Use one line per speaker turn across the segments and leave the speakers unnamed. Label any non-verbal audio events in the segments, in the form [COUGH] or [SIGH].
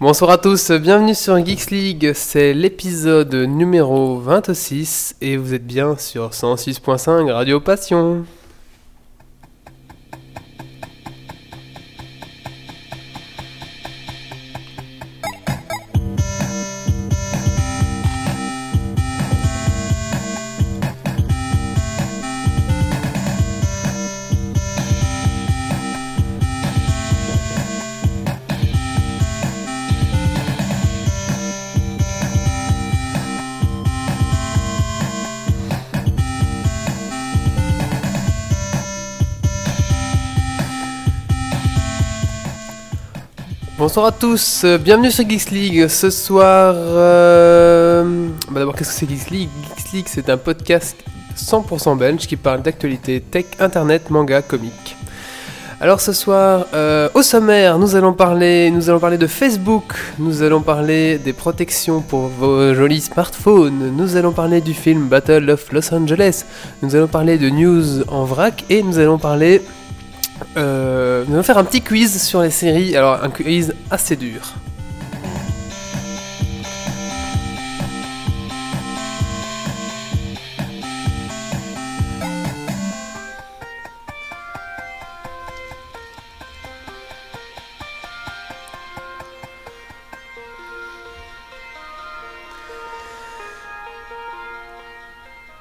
Bonsoir à tous, bienvenue sur Geeks League, c'est l'épisode numéro 26 et vous êtes bien sur 106.5 Radio Passion. Bonsoir à tous, euh, bienvenue sur Geeks League. Ce soir, euh, bah d'abord, qu'est-ce que c'est Geeks League Geeks League, c'est un podcast 100% belge qui parle d'actualité tech, internet, manga, comics. Alors ce soir, euh, au sommaire, nous allons parler, nous allons parler de Facebook, nous allons parler des protections pour vos jolis smartphones, nous allons parler du film Battle of Los Angeles, nous allons parler de news en vrac et nous allons parler euh, nous allons faire un petit quiz sur les séries, alors un quiz assez dur.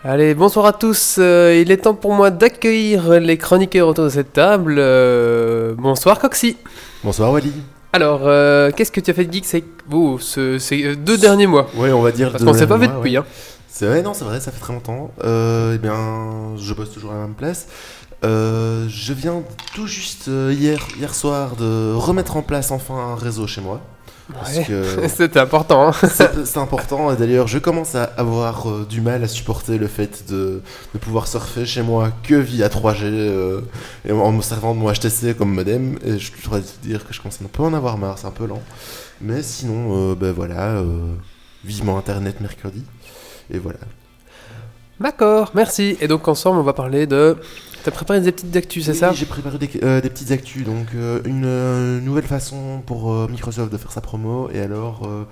Allez, bonsoir à tous. euh, il est temps pour moi d'accueillir les chroniqueurs autour de cette table. Euh, bonsoir Coxy.
Bonsoir Wally.
Alors, euh, qu'est-ce que tu as fait de geek ces vous, ce- ces euh, deux derniers mois
Ouais, on va dire.
Parce
de-
qu'on s'est pas
ouais,
fait depuis.
ouais.
Hein.
C'est vrai, non, c'est vrai, ça fait très longtemps. Euh, eh bien, je bosse toujours à la même place. Euh, je viens tout juste euh, hier, hier soir de remettre en place enfin un réseau chez moi. Parce
Ouais. [LAUGHS]
que
C'était important. hein.
c'est c'est important. Et d'ailleurs, je commence à avoir euh, du mal à supporter le fait de ne pouvoir surfer chez moi que via 3G euh, et en me servant de mon HTC comme modem. Et je dois te dire que je commence à un peu en avoir marre, c'est un peu lent. Mais sinon, euh, ben voilà, euh, vivement Internet mercredi. Et voilà.
D'accord, merci. Et donc ensemble, on va parler de. T'as préparé des petites actus, c'est
Oui,
ça
J'ai préparé des, euh, des petites actus, donc euh, une euh, nouvelle façon pour euh, Microsoft de faire sa promo, et alors euh,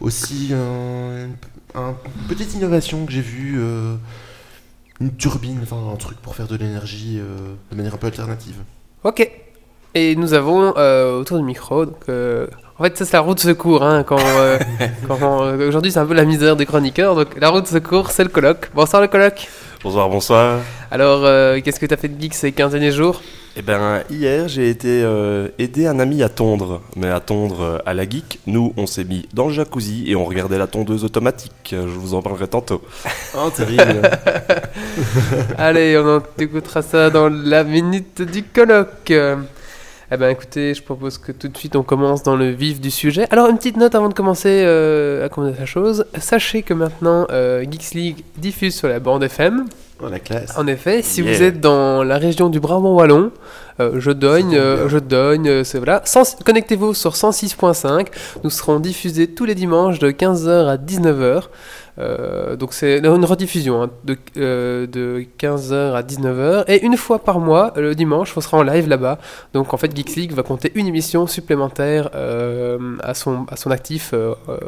aussi euh, une, p- un- une petite innovation que j'ai vue, euh, une turbine, enfin un truc pour faire de l'énergie euh, de manière un peu alternative.
Ok. Et nous avons euh, autour du micro. Donc, euh, en fait, ça c'est la route de secours. Hein, quand, euh, quand on- euh, aujourd'hui, c'est un peu la misère des chroniqueurs. Donc, la route de secours, c'est le colloque. Bonsoir le colloque.
Bonsoir, bonsoir.
Alors, euh, qu'est-ce que t'as fait de geek ces 15 derniers jours
Eh ben, hier, j'ai été euh, aider un ami à tondre, mais à tondre euh, à la geek. Nous, on s'est mis dans le jacuzzi et on regardait la tondeuse automatique. Euh, Je vous en parlerai tantôt.
Oh, terrible
Allez, on en écoutera ça dans la minute du colloque. Euh, Eh ben, écoutez, je propose que tout de suite on commence dans le vif du sujet. Alors, une petite note avant de commencer euh, à commencer la chose. Sachez que maintenant, euh, Geeks League diffuse sur la bande FM.
Oh, la classe
En effet, si
Yeah.
vous êtes dans la région du Brabant wallon, euh, je dogne,
tombe
euh,
bien.
je dogne, euh, c'est voilà. Cent- Connectez-vous sur 106.5. Nous serons diffusés tous les dimanches de 15h à 19h. Euh, donc c'est une rediffusion hein, de, euh, de 15h à 19h. Et une fois par mois, le dimanche, on sera en live là-bas. Donc en fait, Geeks League va compter une émission supplémentaire euh, à, son, à son actif. euh, euh,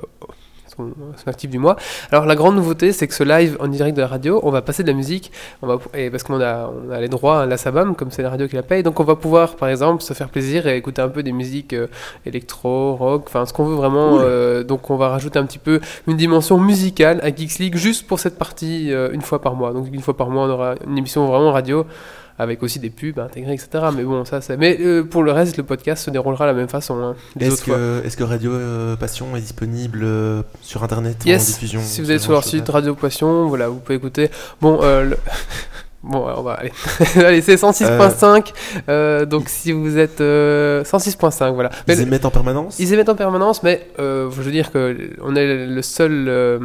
son- son actif du mois. Alors la grande nouveauté, c'est que ce live en direct de la radio, on va passer de la musique on va, et parce qu'on a, on a les droits à la SABAM, comme c'est la radio qui la paye, donc on va pouvoir, par exemple, se faire plaisir et écouter un peu des musiques euh, électro, rock, enfin ce qu'on veut vraiment. euh, donc on va rajouter un petit peu une dimension musicale à Geeks League juste pour cette partie euh, une fois par mois. Donc une fois par mois, on aura une émission vraiment radio avec aussi des pubs intégrées, etc. Mais bon, ça, c'est. Mais euh, pour le reste, le podcast se déroulera de la même façon. hein, les
Est-ce
autres fois.
que, est-ce que Radio euh, Passion est disponible euh, sur Internet en
Yes,
diffusion
si vous allez sur leur site Radio Poisson, voilà, vous pouvez écouter. Bon, euh, le- [LAUGHS] bon, alors, on va aller. [LAUGHS] allez, c'est 106.5. euh, donc si vous êtes euh, 106.5, voilà. Mais
Ils
le-
émettent en permanence
ils émettent en permanence, mais euh, je veux dire que on est le seul. euh,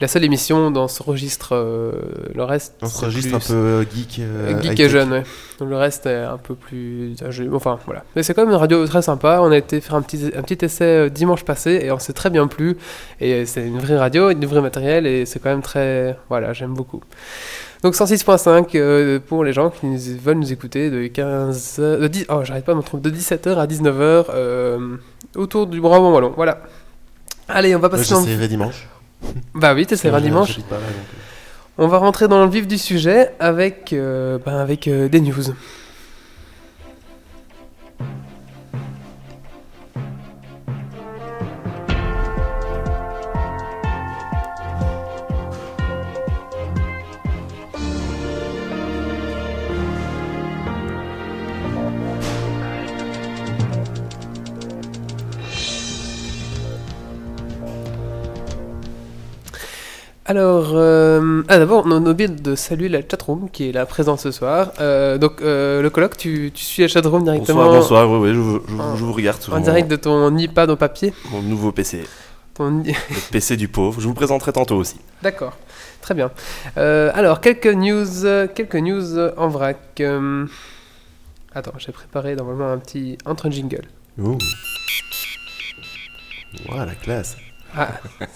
La seule émission dans ce registre, euh, le reste.
Dans ce
c'est
registre
plus-
un peu euh, geek. euh,
Geek et
high-tech.
jeune, ouais. Donc, le reste est un peu plus âgé. Enfin, voilà. Mais c'est quand même une radio très sympa. On a été faire un petit, un petit essai euh, dimanche passé et on s'est très bien plu. Et c'est une vraie radio, du vrai matériel et c'est quand même très. Voilà, j'aime beaucoup. Donc 106.5 euh, pour les gens qui nous- veulent nous écouter de 15. heures- De 10, oh, j'arrête pas, de me tromper. De 17h à 19h euh, autour du Brabant Wallon. Voilà. Allez, on va
Ouais,
passer dans.
J'essaierai dimanche.
Bah oui, t'essaieras
Je- je-
dimanche.
j'habite pas là, donc, euh.
On va rentrer dans le vif du sujet avec, euh, ben, avec euh, des news. Alors, euh, ah, d'abord, on a oublié de saluer la chatroom qui est là présente ce soir. Euh, donc, euh, le colloque, tu, tu suis la chatroom directement
Bonsoir, bonsoir, oui, oui, je, vous- je vous-
En-
je vous regarde sur
en
mon,
direct de ton iPad en papier.
mon nouveau PC,
Ton... i- [LAUGHS]
le PC du pauvre. Je vous présenterai tantôt aussi.
D'accord, très bien. Euh, alors, quelques news, euh, quelques news euh, en vrac. Euh, Attends, j'ai préparé normalement un petit entre-jingle.
Ouh. Ouah, la classe.
Ah,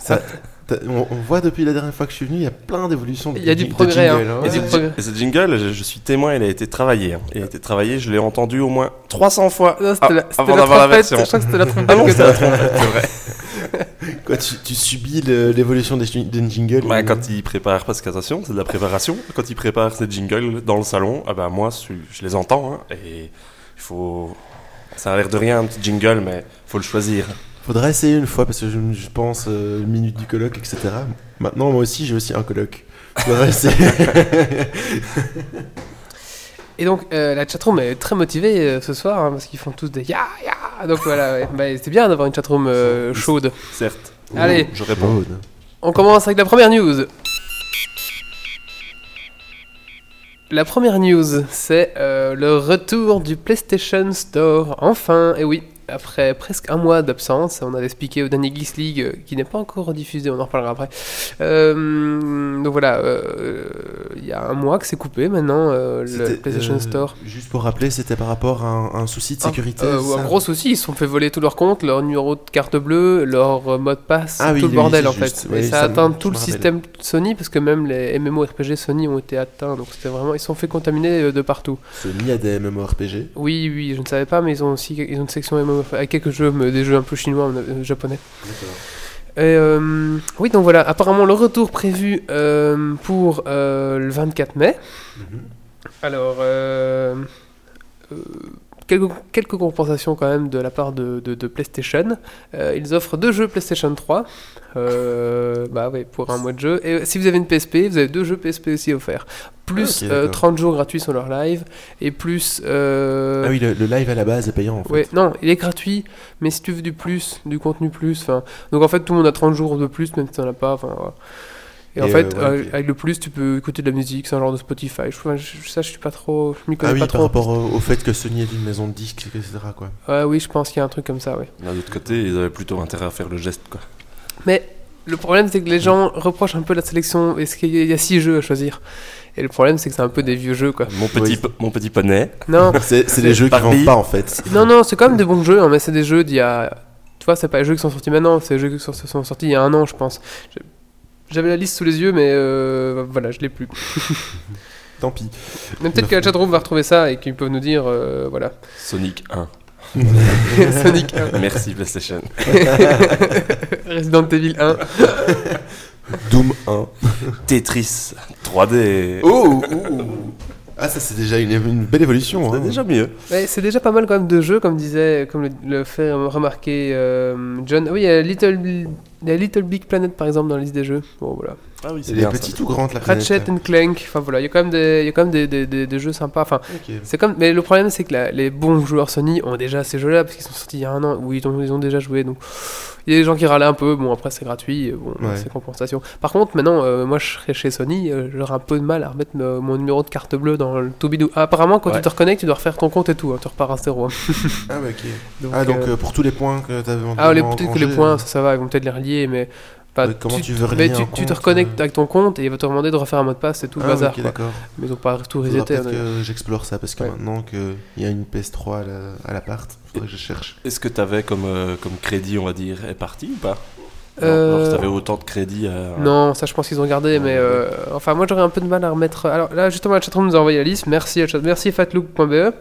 T'as- On, on voit depuis la dernière fois que je suis venu, il y a plein d'évolutions. de-
Il y a du
de
progrès,
jingle,
hein.
ouais.
Il y a du
Et
progrès.
ce jingle, je, je suis témoin, il a été travaillé. hein. Il a été travaillé, je l'ai entendu au moins 300 fois
non, c'était
ah,
la, c'était
avant
la
d'avoir la
trompette,
version.
je crois que c'était la trompette
Ah non,
que
c'était la
t'as.
trompette, c'est vrai.
Quoi, tu, tu subis le- l'évolution des, chi- des jingles
Ouais,
ou-
Ben, quand il prépare, parce qu'attention, c'est de la préparation. Quand il prépare ses jingles dans le salon, ah ben moi, je, je les entends. hein, et il faut. Ça a l'air de rien, un petit jingle, mais faut le choisir.
Faudrait essayer une fois parce que je, je pense euh, minute du colloque, etc. Maintenant, moi aussi, j'ai aussi un colloque.
[LAUGHS]
Faudrait essayer.
Et donc, euh, la chatroom est très motivée euh, ce soir, hein, parce qu'ils font tous des ya ya. Donc voilà, ouais. Bah, c'est bien d'avoir une chatroom euh, chaude.
Certes.
Allez.
Je réponds.
On commence avec la première news. La première news, c'est euh, le retour du PlayStation Store. Enfin, et oui, après presque un mois d'absence, on a expliqué au dernier Geeks League euh, qui n'est pas encore diffusé, on en reparlera après. Euh, donc voilà, euh, il y a un mois que c'est coupé maintenant euh, le
C'était,
PlayStation
euh,
Store.
Juste pour rappeler, c'était par rapport à un, un souci de sécurité.
Euh,
c'est
un
ça
gros souci, ils se sont fait voler tous leurs comptes, leur numéro de carte bleue, leur euh, mot de passe,
Ah oui,
tout
oui,
le bordel
c'est
en
juste.
fait.
Oui,
et ça,
ça me-
atteint
je
tout
me
le
rappelle.
système Sony parce que même les MMORPG Sony ont été atteints, donc c'était vraiment, ils se sont fait contaminer euh, de partout.
C'est mis à des MMORPG.
Oui, oui, je ne savais pas, mais ils ont aussi ils ont une section MMORPG avec quelques jeux, mais des jeux un peu chinois, euh, japonais. Et, euh, oui, donc voilà, apparemment le retour prévu euh, pour euh, le 24 mai.
Mhm.
Alors, euh, euh, quelques, quelques compensations quand même de la part de, de- de PlayStation. Euh, ils offrent deux jeux PlayStation 3 euh, bah ouais, pour un mois de jeu. Et si vous avez une PSP, vous avez deux jeux PSP aussi offerts. Plus
Ah, ok,
euh,
d'accord.
30 jours gratuits sur leur live. Et plus... euh,
Ah oui, le, le live à la base est payant en fait.
Ouais, non, il est gratuit, mais si tu veux du plus, du contenu plus, enfin, donc en fait tout le monde a 30 jours de plus, même si t'en as pas, enfin. voilà. Et,
Et,
en fait,
euh, ouais,
euh,
ok.
avec le plus, tu peux écouter de la musique, c'est un genre de Spotify. Je, enfin, je- ça, je suis pas trop, je m'y connais
Ah oui,
pas
par
trop.
rapport au, au fait que Sony est une maison de disques, etc. Quoi.
Ouais, oui, je pense qu'il y a un truc comme ça, oui.
D'un autre côté, ils avaient plutôt intérêt à faire le geste, quoi.
Mais le problème, c'est que les gens reprochent un peu la sélection. Est-ce qu'il y a- il y a 6 jeux à choisir Et le problème, c'est que c'est un peu des vieux jeux, quoi.
Mon petit,
Oui.
p- mon petit poney.
Non,
C'est c'est les jeux qui
Barbie.
vendent pas en fait.
Non, non, c'est quand même des bons jeux, hein, mais c'est des jeux d'il y a. Tu vois, c'est pas les jeux qui sont sortis maintenant, c'est les jeux qui sont, sont sortis il y a un an, je pense. J'ai- J'avais la liste sous les yeux, mais euh, voilà, je l'ai plus.
Tant pis.
Mais peut-être que la chatroom va retrouver ça et qu'ils peuvent nous dire, euh, voilà,
Sonic 1.
Sonic 1,
Merci PlayStation.
Resident Evil 1.
Doom 1.
Tetris 3D.
Oh, ouh. Ah, ça c'est déjà une, une belle évolution.
C'est
hein.
déjà mieux.
Ouais, c'est déjà pas mal quand même de jeux, comme disait, comme le, le fait remarquer euh, John. Ah Oui, il y, a Little, il y a Little Big Planet par exemple dans la liste des jeux. Bon, voilà.
Ah oui,
C'est les petites ou grandes la planète,
Ratchet
là
and Clank, enfin voilà, il y a quand même des, il y a quand même des, des- des- des jeux sympas. Enfin,
Ok.
C'est comme, mais le problème c'est que la- les bons joueurs Sony ont déjà ces jeux-là parce qu'ils sont sortis il y a un an où ils ont, ils ont déjà joué. Donc il y a des gens qui râlaient un peu. Bon après c'est gratuit, euh, bon
Ouais.
c'est compensation. Par contre maintenant, euh, moi je serais chez Sony, euh, j'aurais un peu de mal à remettre me- mon numéro de carte bleue dans le Toubidou. Ah, apparemment quand
Ouais.
tu te reconnectes, tu dois refaire ton compte et tout. hein, tu repars à zéro. hein.
Ah, ouais, ok.
Donc,
Ah, donc
euh,
euh, pour tous les points que t'avais
ah, les-
éventuellement
peut-être que les
engrangés,
points ça, ça va, ils vont peut-être les relier, mais Enfin,
Euh, hein. comment tu veux
mais
relier
tu,
un
tu te
compte, euh,
reconnectes avec ton compte et il va te demander de refaire un mot de passe, c'est tout le
Ah,
bazar.
ok,
quoi.
d'accord.
Mais ils ont pas tout
Faudra
reseté. hein, à
peut-être
mon avis.
que j'explore ça parce que
Ouais.
maintenant qu'il y a une PS3 à la- à l'appart, faudrait que je cherche.
Est-ce que tu avais comme, euh, comme crédit, on va dire, est parti ou pas
Euh,
Alors, tu avais autant de crédit à...
Non, ça je pense qu'ils ont gardé, mais euh, enfin moi j'aurais un peu de mal à remettre. Alors là justement la chatroom nous a envoyé la liste. Merci à la chat- merci fatlook.be. E.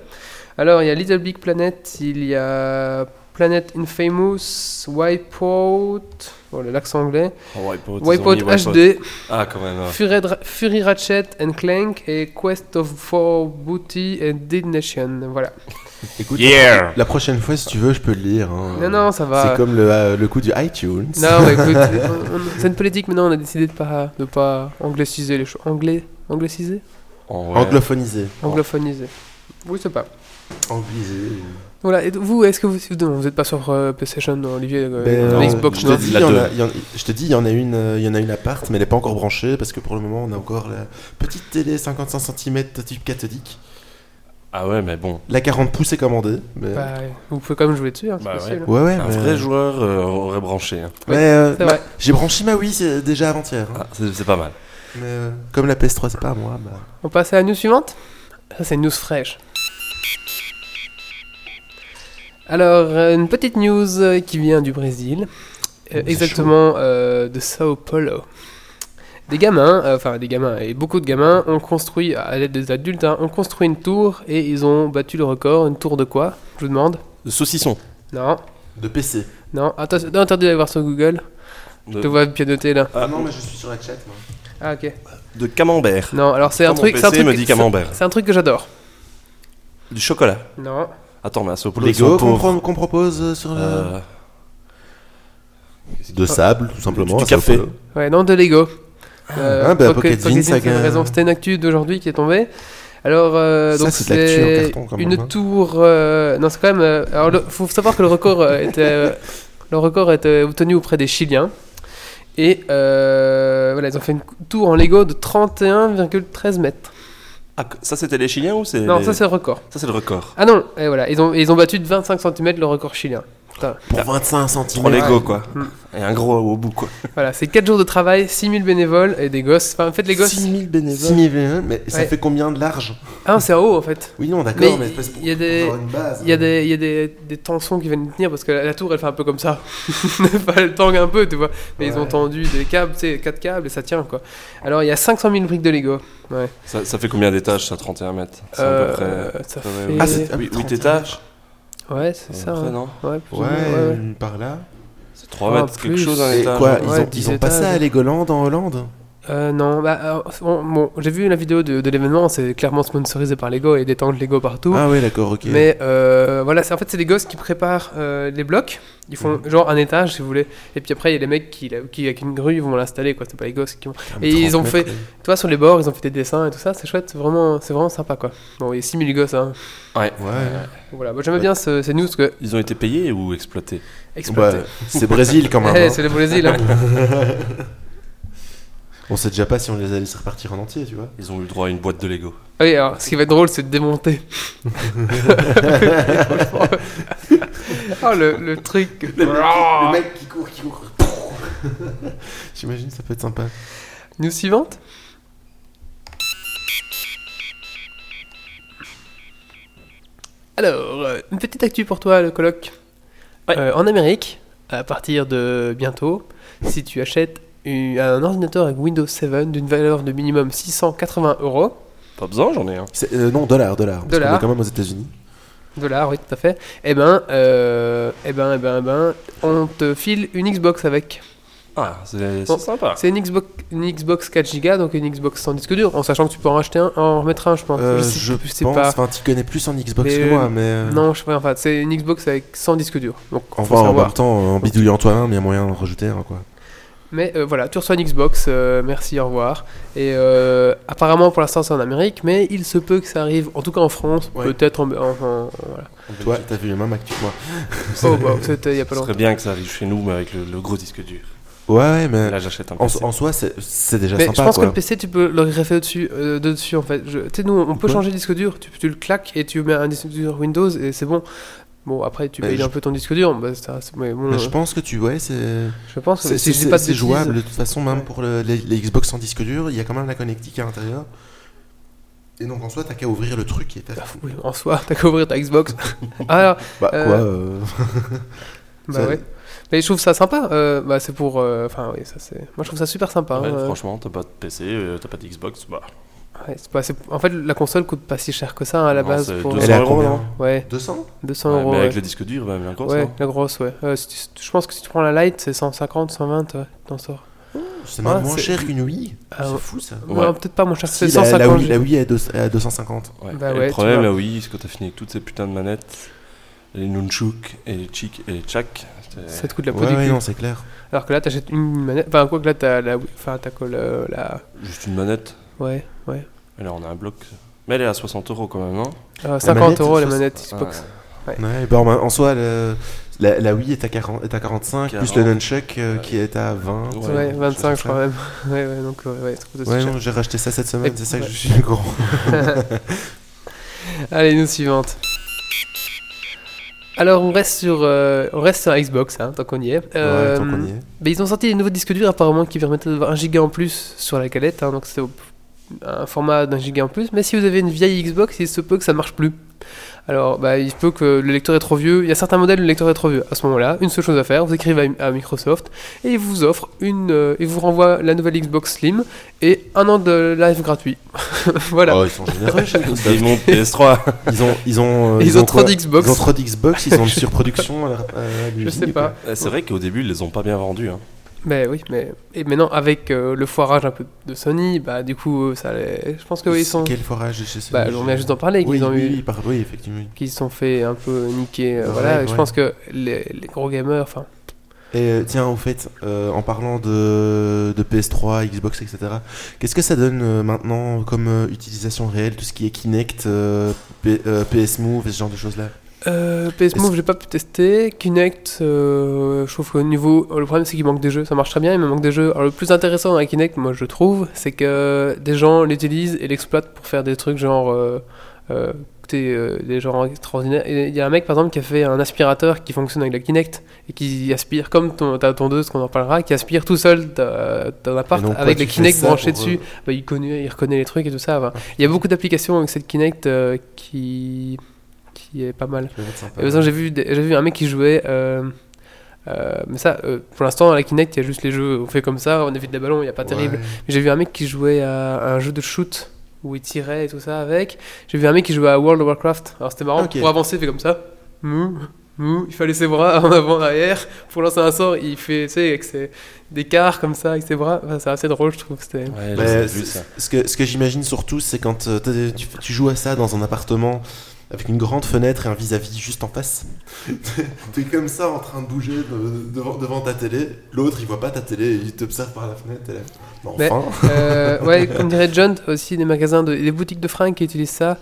Alors il y a Little Big Planet, il y a Planet Infamous, Wipeout, oh, le l'accent anglais,
Oh, Wipeout, ils ont mis
Wipeout
Wipeout.
HD,
Ah, quand même. ouais.
Fury, Dra- Fury Ratchet and Clank et Quest of for Booty and Dead Nation. Voilà.
Écoute,
Yeah
la prochaine fois, si tu veux, je peux le lire.
Ah.
Non
hein.
non ça va.
C'est comme le, euh, le coup du iTunes.
Non, mais écoute,
[LAUGHS]
on- on- c'est une politique, mais non, on a décidé de pas, de pas angliciser les choses. Anglais, angliciser
Oh, ouais.
Anglophonisé.
Anglophoniser. Oui, c'est pas.
Anglisé.
Voilà, et vous, est-ce que vous. Non, vous n'êtes pas sur euh, PlayStation, Olivier, euh,
Ben,
euh,
non,
Xbox,
je te
non
dis,
La
il y en
deux.
a- il y en- Je te dis, il y en a une, euh, il y en a une à part, mais elle n'est pas encore branchée parce que pour le moment, on a encore la petite télé 55 cm type cathodique.
Ah ouais, mais bon.
La 40 pouces est commandée. Mais...
Bah, Vous pouvez quand même jouer dessus, hein, c'est
Bah ouais.
possible.
ouais, ouais,
Un
mais-
vrai joueur euh, aurait branché. hein.
mais, euh,
C'est
ma-
vrai.
J'ai branché ma Wii c'est déjà avant-hier. hein.
Ah, c'est c'est pas mal.
Mais euh, comme la PS3, c'est pas à moi. Bah...
On passe à la news suivante Ça, c'est une news fraîche. Alors, euh, une petite news euh, qui vient du Brésil, euh,
Oh, C'est
exactement euh, de Sao Paulo. Des gamins, euh, enfin des gamins, et beaucoup de gamins ont construit, à l'aide des adultes, hein, ont construit une tour et ils ont battu le record. Une tour de quoi Je vous demande.
Le saucisson.
Non,
De PC.
non, attention, interdit d'aller voir sur Google.
De,
Euh,
Je te vois pianoter là.
Ah non, mais je suis sur la chat.
Ah, ok.
de camembert.
Non, alors c'est un
Quand mon
truc. c'est un
PC
truc-
me dit
c'est-
camembert.
C'est un truc que j'adore.
Du chocolat.
Non.
Attends, mais à Sao Paulo, ils
Lego
sont
qu'on
pauvres.
pro- qu'on propose euh, sur le...
Euh,
De sable, tout simplement.
du
à Sao
café.
Paulo.
Ouais, non, de Lego. Euh,
ah, bah,
Pocket-
Pocket Zine,
Pocket
ça
Zine, c'est
gagne.
raison. C'était une actu d'aujourd'hui qui est tombée. Alors, euh,
Ça,
donc
c'est de l'actu en
c'est
carton, quand même,
une
hein.
tour. euh, non, c'est quand même. euh, alors, il faut savoir que le record euh, était euh, le record était obtenu auprès des Chiliens. Et euh, voilà, ils ont fait une tour en Lego de 31,13 mètres.
Ah, que- ça, c'était les Chiliens ou c'est.
Non,
les-
ça c'est le record.
ça, c'est le record.
Ah non, et voilà, ils ont, ils ont battu de 25 cm le record chilien.
Pour 25 centimes.
Trois Lego, quoi.
Mm.
Et un gros au bout, quoi.
Voilà, c'est 4 jours de travail, 6000 bénévoles et des gosses. Enfin, en fait, les gosses.
6000
6
bénévoles.
000 VE, mais ça
Ouais.
fait combien de large
Ah non, c'est en haut en fait.
Oui, non, d'accord,
Mais
mais, c'est pour,
il y a des-
pour avoir une base. euh,
Il y a des, il y a des, des tensions qui viennent tenir parce que la, la tour elle fait un peu comme ça. [LAUGHS] Enfin, elle tangue un peu, tu vois. Mais ils ont
Ouais.
tendu des câbles, tu sais, 4 câbles et ça tient quoi. Alors il y a 500 000 briques de Lego. Ouais.
Ça, ça fait combien d'étages, ça 31 mètres C'est à peu
Euh,
près.
ça
Ouais,
fait.
ouais.
Ah, c'est-
Oui,
ah,
8 étages
Ouais, c'est ça.
à peu près,
hein.
non
Ouais, plus ou moins,
Ouais,
ouais, ouais.
une par là.
C'est 3
Ah,
mètres, quelque
plus.
chose un
Et
étage.
quoi,
ouais.
ils
ouais,
ont,
dix
ils ont pas
étages.
ça à Legoland en Hollande
Euh, non, bah, alors, on- bon, j'ai vu la vidéo de, de l'événement, c'est clairement sponsorisé par Lego et des tentes Lego partout.
Ah ouais, d'accord, ok.
Mais euh, voilà, c'est- en fait, c'est des gosses qui préparent euh, les blocs. Ils font
Mhm.
genre un étage, si vous voulez. Et puis après, il y a les mecs qui, la- qui avec une grue, ils vont l'installer. quoi. C'est pas les gosses qui vont.
Ah,
et ils
30
ont fait-
mètres, ouais.
Tu vois, sur les bords, ils ont fait des dessins et tout ça. C'est chouette, c'est vraiment, c'est vraiment sympa, quoi. Bon, il y a 6000 gosses, hein. Euh,
Ouais.
Voilà, moi j'aimais bien ce- ces news que
Ils ont été payés ou exploités
exploiter.
Bah, c'est
[LAUGHS]
Brésil quand même.
Eh,
hein.
c'est le Brésil,
[LAUGHS]
hein.
On sait déjà pas si on les a laissés repartir en entier, tu vois.
Ils ont eu droit à une boîte de Lego.
Ah Oui, alors, ce qui va être drôle, c'est de
[LAUGHS]
démonter. [LAUGHS] oh, le, le truc.
mec qui court, qui court. [LAUGHS] J'imagine ça peut être sympa.
News suivante Alors, euh, une petite actu pour toi, le colloque.
Ouais.
Euh, en Amérique, à partir de bientôt, si tu achètes u- un ordinateur avec Windows 7 d'une valeur de minimum 680 euros,
Pas besoin, j'en ai un.
C'est- euh, non, dollars, dollars. Parce
Dollars.
qu'on est quand même aux États-Unis.
dollars, oui, tout à fait, eh ben, euh, eh ben, eh ben, eh ben, on te file une Xbox avec.
Ah, c'est
Bon.
c'est sympa.
C'est une Xbox, une Xbox 4 Go, donc une Xbox sans disque dur, en sachant que tu peux en racheter un, en remettre un, je pense.
Euh,
Je sais-
je
je sais
pense.
pas.
Enfin, tu connais plus en Xbox
Mais,
que moi, mais. euh,
Non, je sais pas, enfin, c'est une Xbox avec 100 disques durs. Donc,
Enfin,
faut
en
savoir.
même temps, en bidouillant toi-même, il y a moyen d'en rajouter un, quoi.
Mais euh, voilà, tu reçois une Xbox, euh, merci, au revoir. Et euh, apparemment, pour l'instant, c'est en Amérique, mais il se peut que ça arrive, en tout cas en France,
Ouais.
peut-être en. en- en- voilà.
Toi, t'as vu les mêmes actus que moi.
Oh, bah, c'était il y a pas
Ce
longtemps.
serait bien que ça arrive chez nous, mais avec le, le gros disque dur.
Ouais, ouais, mais.
Là, j'achète un
En,
PC.
en soi, c'est c'est déjà
Mais
sympa.
je pense
quoi.
que le PC, tu peux le greffer au-dessus, euh, de dessus en fait. Je- Tu sais, nous, on peut
Quoi
changer le disque dur, tu, tu le claques et tu mets un disque dur Windows et c'est bon. Bon, après, tu
Mais
payes
je-
un peu ton disque dur. bah, ça, c'est- mais bon,
Mais
euh,
je pense que tu vois, c'est
je pense que
c'est-
si je dis
c'est-
pas de
c'est
bêtises-
jouable. De toute façon, même
Ouais.
pour le- les, les Xbox sans disque dur, il y a quand même la connectique à l'intérieur. Et donc en soi, t'as qu'à ouvrir le truc et t'as.
Ah, oui, en soi, [LAUGHS] t'as qu'à ouvrir ta
[LAUGHS]
Xbox. Alors,
Bah
Euh,
quoi euh,
bah
Ça-
ouais. Mais je trouve ça sympa. euh, bah, c'est pour. euh, Enfin, oui, ça c'est. Moi, je trouve ça super sympa.
Ouais,
hein, euh,
Franchement, t'as pas de PC, euh, t'as pas de Xbox, bah.
ouais, c'est pas- c'est- En fait, la console coûte pas si cher que ça hein, à la
Non,
base.
c'est
Pour...
200
Elle est à
euros,
combien
non
Ouais,
200
200
Ouais,
euros.
mais avec
ouais.
le disque dur, même encore,
Ouais,
ça. hein.
la grosse, ouais. Euh, si tu- je pense que si tu prends la Lite, c'est 150, 120, ouais, t'en sors.
C'est même
Ouais,
moins
c'est-
cher qu'une Wii.
Ah,
c'est
ouais.
fou ça.
Ouais.
Non, peut-être pas mon cher, c'est
Si, la,
150.
la Wii, la Wii est à deux- à 250.
Ouais.
Bah
Et
ouais,
le
tu
problème,
vois.
là, oui, c'est quand t'as fini avec toutes ces putins de manettes, les Nunchuk, et les Chik, et les Chak. c'était-
Ça te coûte la peau
Ouais,
du
ouais,
cul.
non, c'est clair.
Alors que là, t'achètes une manette. Enfin, quoi que là, t'as la. Enfin, t'as quoi le- la.
Juste une manette.
Ouais, ouais.
Et là, on a un bloc. Mais elle est à 60 euros quand même, hein. non
Euh, 50
manette,
euros la
ça,
manette Xbox.
Ouais, bah, en, en soi, le- la, la Wii est à, 40, est à 45, plus
40,
le Nunchuck euh, qui est à 20.
Ouais,
Ouais,
ouais,
25,
c'est
je crois même. [LAUGHS] ouais, ouais, donc, ouais, ouais, ça coûte aussi
Ouais,
cher.
non, j'ai racheté ça cette semaine,
Et-
c'est ça
ouais.
que je suis grand.
Allez, nous suivante. Alors, on reste sur, euh, on reste sur Xbox, hein, tant qu'on y est. Euh,
Ouais, tant qu'on y
[LAUGHS]
est.
Mais ils ont sorti des nouveaux disques durs apparemment qui permettaient d'avoir 1 giga en plus sur la calette, hein, donc c'est au- un format d'un giga en plus. Mais si vous avez une vieille Xbox, il se peut que ça marche plus. Alors, bah, il se peut que le lecteur est trop vieux. Il y a certains modèles, le lecteur est trop vieux. À ce moment-là, une seule chose à faire, vous écrivez à, à Microsoft et ils vous offrent une, euh, ils vous renvoient la nouvelle Xbox Slim et un an de live gratuit. [LAUGHS] voilà.
Oh, ils sont généreux chez Microsoft.
Ils montent PS3.
Ils ont, ils ont, euh,
Et ils ont trop
quoi
d'Xbox.
Ils ont trop d'Xbox, ils
[LAUGHS]
ont une surproduction à, la- à
Je
l'usine,
sais
quoi.
pas.
Eh, c'est vrai qu'au début, ils les ont pas bien vendus. Hein.
Mais oui, mais et maintenant avec euh, le foirage un peu de Sony, bah du coup, ça, les- je pense que oui, ils sont.
Quel forage chez Sony
Bah, on vient juste d'en parler. qu'ils
Oui,
ont
oui,
eu...
oui, par- oui, effectivement.
qui se sont fait un peu niquer. euh,
Ouais,
voilà, je
ouais.
pense que les, les gros gamers, enfin,
Et euh, tiens, au fait, euh, en parlant de, de PS3, Xbox, etc., qu'est-ce que ça donne euh, maintenant comme euh, utilisation réelle, tout ce qui est Kinect, euh, P- euh, PS Move et ce genre de choses-là
euh, PS Move,
Est-ce-
j'ai pas pu tester. Kinect, euh, je trouve qu'au niveau, le problème c'est qu'il manque des jeux. Ça marche très bien, il me manque des jeux. Alors le plus intéressant avec Kinect, moi je trouve, c'est que des gens l'utilisent et l'exploitent pour faire des trucs genre. Euh, euh, écoutez, euh, des gens extraordinaires. Et Il y a un mec par exemple qui a fait un aspirateur qui fonctionne avec la Kinect et qui aspire comme ton, ta tondeuse qu'on en parlera, qui aspire tout seul ta- ton appart
Et donc,
avec la
quoi, tu fais
Kinect
ça
branchée
pour,
dessus.
euh, Ah.
Bah, il, connaît, il reconnaît les trucs et tout ça. bah. Il y a beaucoup d'applications avec cette Kinect euh, qui... qui est pas mal.
Ça va être sympa.
Et par exemple, j'ai vu, des- j'ai vu un mec qui jouait. euh, euh, mais ça, euh, pour l'instant, à la Kinect, il y a juste les jeux. On fait comme ça, on évite les ballons, il n'y a pas terrible.
Ouais.
Mais J'ai vu un mec qui jouait à, à un jeu de shoot où il tirait et tout ça avec. J'ai vu un mec qui jouait à World of Warcraft. Alors c'était marrant,
Ok.
pour avancer, il fait comme ça. Mou, mou, il fallait ses bras [LAUGHS] en avant, arrière. Pour lancer un sort, il fait, tu sais, avec ses, des quarts comme ça, avec ses bras. Enfin, c'est assez drôle, je trouve. C'était.
Ouais,
Bah,
j'ai
c'est-
vu ça.
ce que, ce que j'imagine surtout, c'est quand euh, t'as- tu, tu joues à ça dans un appartement avec une grande fenêtre et un vis-à-vis juste en face. [LAUGHS] T'es comme ça en train de bouger de- devant, devant ta télé. L'autre, il voit pas ta télé, il t'observe par la fenêtre. et là, Mais
Mais-
enfin.
Euh, ouais, comme dirait John, t'as aussi des magasins, de, des boutiques de fringues qui utilisent ça.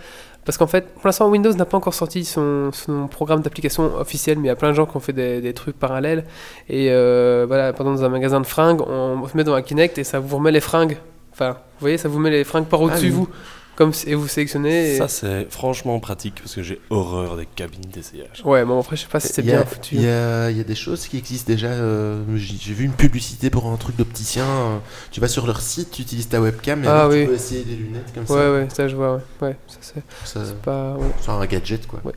Parce qu'en fait, pour l'instant, Windows n'a pas encore sorti son, son programme d'application officiel, mais il y a plein de gens qui ont fait des, des trucs parallèles. Et euh, voilà, pendant dans un magasin de fringues, on se met dans un Kinect et ça vous remet les fringues. Enfin, vous voyez, ça vous met les fringues par au-dessus
Ah oui.
vous. Comme, si- et vous sélectionnez. et-
Ça, c'est franchement pratique parce que j'ai horreur des cabines d'essayage.
Ouais, bon, après, je sais pas si c'est
Il y a-
bien foutu. hein.
Il y a, il y a des choses qui existent déjà. euh, J'ai j'ai vu une publicité pour un truc d'opticien. euh, Tu vas sur leur site, tu utilises ta webcam et
Ah
alors
oui.
tu peux essayer des lunettes comme
Ouais, ouais, ça, je vois, ouais. Ouais, ça, c'est
ça. Ça,
c'est pas. ouais.
c'est un gadget quoi.
Ouais.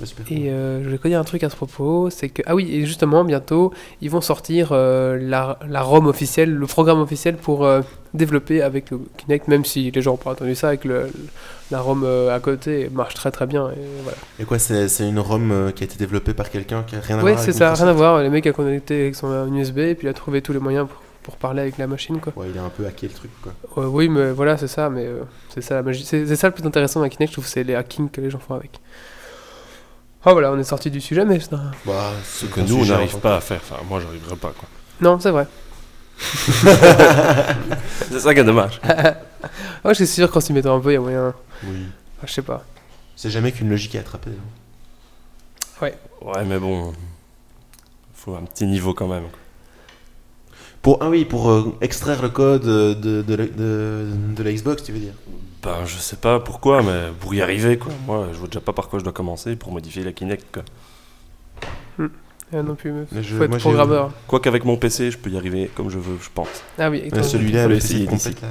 Pas super.
Et euh, je vais connais un truc à ce propos, c'est que ah oui et justement bientôt ils vont sortir euh, la, la ROM officielle, le programme officiel pour euh, développer avec le Kinect, même si les gens n'ont pas entendu ça, avec le, la ROM euh, à côté marche très très bien. Et voilà.
Et quoi, c'est c'est une ROM euh, qui a été développée par quelqu'un qui a rien à
euh, Ouais
voir
c'est
avec
ça, rien à
Microsoft.
voir. Le mec a connecté avec son euh, USB et puis il a trouvé tous les moyens pour, pour parler avec la machine quoi.
Ouais, il a un peu hacké le truc quoi.
Euh, oui mais voilà c'est ça, mais euh, c'est ça la magie, c'est c'est ça le plus intéressant dans Kinect, je trouve, c'est les hackings que les gens font avec. Ah voilà, on est sorti du sujet, mais c'est un-
Bah,
Ce
c'est
que
un
nous, on
sujet hein.
n'arrive
important.
pas à faire. Enfin, moi, j'arriverai pas, quoi.
non c'est vrai.
C'est ça qui est dommage.
Ah, je suis sûr qu'en s'y mettant un peu, il y a moyen.
Oui.
Ah, je sais pas.
C'est jamais qu'une logique à attraper. hein.
Ouais, mais bon. Faut un petit niveau quand même. quoi.
Pour, ah oui, pour euh, extraire le code euh, de, de, la- de, de la Xbox, tu veux dire.
Ben, je sais pas pourquoi, mais pour y arriver, quoi. Moi, je vois déjà pas par quoi je dois commencer pour modifier la Kinect, quoi.
Ah, non plus, meuf.
Mais je-
faut être
moi, j'ai-
programmeur.
Quoique avec mon PC, je peux y arriver comme je veux, je pense.
Ah oui, avec
Mais
ton-
celui-là,
Faut
le
l'essayer
PC
d'ici.
complète, là.